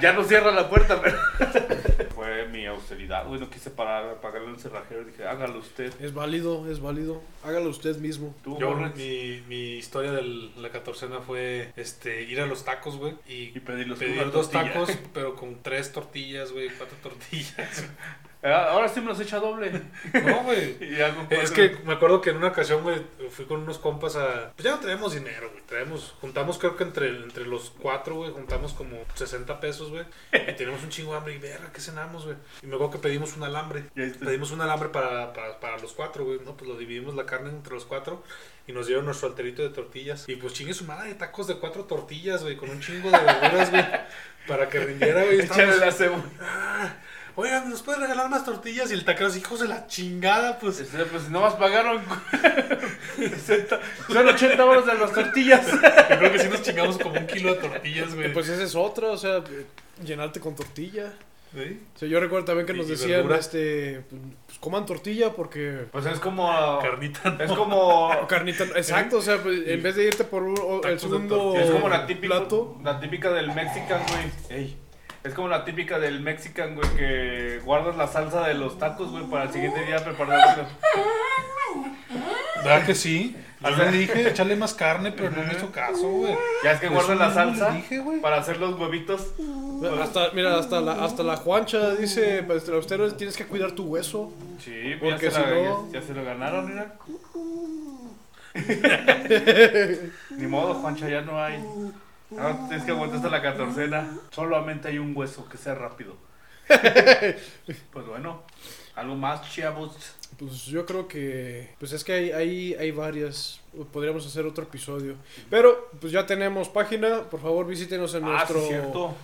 Speaker 1: Ya no cierra la puerta, pero. Fue mi austeridad, güey. No quise parar, pagarle al cerrajero. Dije, hágalo usted.
Speaker 2: Es válido, es válido. Hágalo usted mismo.
Speaker 1: Tú,
Speaker 3: Yo,
Speaker 1: Borre,
Speaker 3: mi, mi historia de la catorcena fue este, ir a los tacos, güey. Y,
Speaker 1: Y pedirlos con
Speaker 3: pedir
Speaker 1: una
Speaker 3: dos
Speaker 1: tortilla.
Speaker 3: tacos, pero con tres tortillas, güey, cuatro tortillas.
Speaker 1: Eh, Ahora sí me los echa doble.
Speaker 3: No, güey.
Speaker 1: Y hago
Speaker 3: Es que me acuerdo que en una ocasión, güey, fui con unos compas a. Pues ya no traemos dinero, güey. Traemos, juntamos, creo que entre, entre los cuatro, güey, juntamos como 60 pesos, güey. Y tenemos un chingo de hambre. Y verga, ¿qué cenamos, güey? Y me acuerdo que pedimos un alambre.
Speaker 1: Ya está.
Speaker 3: Pedimos un alambre para, para, para los cuatro, güey. No, pues lo dividimos la carne entre los cuatro. y nos dieron nuestro alterito de tortillas. Y pues chingue su madre, tacos de cuatro tortillas, güey, con un chingo de verduras, güey, para que rindiera, güey.
Speaker 1: Échale
Speaker 3: Estábamos-
Speaker 1: la cebolla.
Speaker 3: Oigan, ¿nos pueden regalar más tortillas? Y el taquero, así, hijos de la chingada, pues.
Speaker 1: Pues, eh, Pues nomás pagaron 60 son 80 horas de las tortillas.
Speaker 3: Yo creo que sí nos chingamos como un kilo de tortillas, güey.
Speaker 1: eh.
Speaker 2: Pues esa es otra, o sea, eh, llenarte con tortilla.
Speaker 3: ¿Sí?
Speaker 2: O sea, yo recuerdo también que
Speaker 3: Y-
Speaker 2: nos
Speaker 3: y
Speaker 2: decían,
Speaker 3: verdura.
Speaker 2: este, pues coman tortilla porque...
Speaker 1: Pues es como.
Speaker 3: Carnita, no.
Speaker 1: Es como.
Speaker 2: Carnita, exacto, o sea, pues, en vez de irte por un- o- el
Speaker 3: Tacos de
Speaker 2: segundo
Speaker 3: tortilla.
Speaker 1: Es como la típica.
Speaker 2: plato,
Speaker 1: La típica del Mexican, güey. Ey. Es como la típica del Mexican, güey, que guardas la salsa de los tacos, güey, para el siguiente día prepararlos.
Speaker 3: ¿Verdad que sí? Yo le dije, échale más carne, pero no me hizo caso, güey.
Speaker 1: Ya es que
Speaker 3: Pues
Speaker 1: guardas
Speaker 3: no
Speaker 1: la salsa
Speaker 3: le dije, güey.
Speaker 1: para hacer los huevitos.
Speaker 2: hasta, mira, hasta la, hasta la Juancha dice, pues a ustedes tienes que cuidar tu hueso.
Speaker 1: Sí, ya
Speaker 2: Porque
Speaker 1: se, la-
Speaker 2: si no-
Speaker 1: ya, ya se lo ganaron, mira. Ni modo, Juancha, ya no hay. No, tienes que aguantar hasta la catorcena. Solamente hay un hueso que sea rápido. pues bueno, algo más, Ah, chavos.
Speaker 2: Pues yo creo que, pues es que hay, hay, hay varias, podríamos hacer otro episodio. Pero, pues ya tenemos página, por favor visítenos en
Speaker 1: Ah, sí,
Speaker 2: nuestro...
Speaker 1: cierto.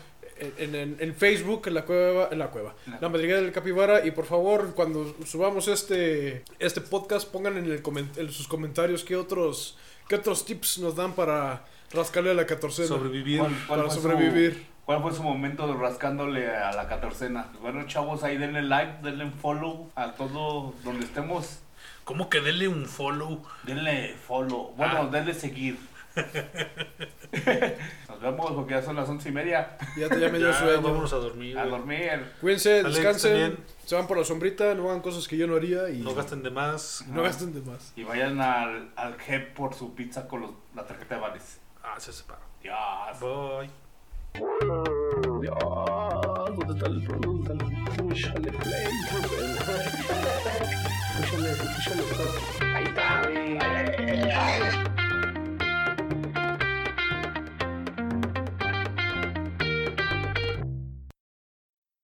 Speaker 2: en, en- en Facebook, en la cueva, en la cueva,
Speaker 1: En la
Speaker 2: la madriguera del capibara. Y por favor, cuando subamos este, este podcast, pongan en, el comen- en sus comentarios qué otros, qué otros tips nos dan para rascarle a la catorcena.
Speaker 3: Sobrevivir.
Speaker 1: ¿Cuál- cuál fue
Speaker 2: para
Speaker 1: su-
Speaker 2: sobrevivir.
Speaker 1: ¿Cuál fue su momento rascándole a la catorcena? Pues Bueno, chavos, ahí denle like, denle follow a todo donde estemos.
Speaker 3: ¿Cómo que dele un follow?
Speaker 1: Denle follow. Bueno,
Speaker 3: Ah.
Speaker 1: denle seguir. Nos vemos porque ya son las once y media.
Speaker 2: Ya, te- ya me dio
Speaker 3: Ya,
Speaker 2: sueño.
Speaker 3: vámonos a dormir.
Speaker 1: A
Speaker 3: güey.
Speaker 1: dormir.
Speaker 2: Cuídense,
Speaker 3: Alex,
Speaker 2: descansen,
Speaker 3: también.
Speaker 2: se van por la sombrita, no hagan cosas que yo no haría y
Speaker 3: No gasten de más.
Speaker 2: no gasten de más.
Speaker 1: Y vayan al, al Jep por su pizza con los- la tarjeta de vales.
Speaker 3: Ah, se separó.
Speaker 1: Dios.
Speaker 3: Bye.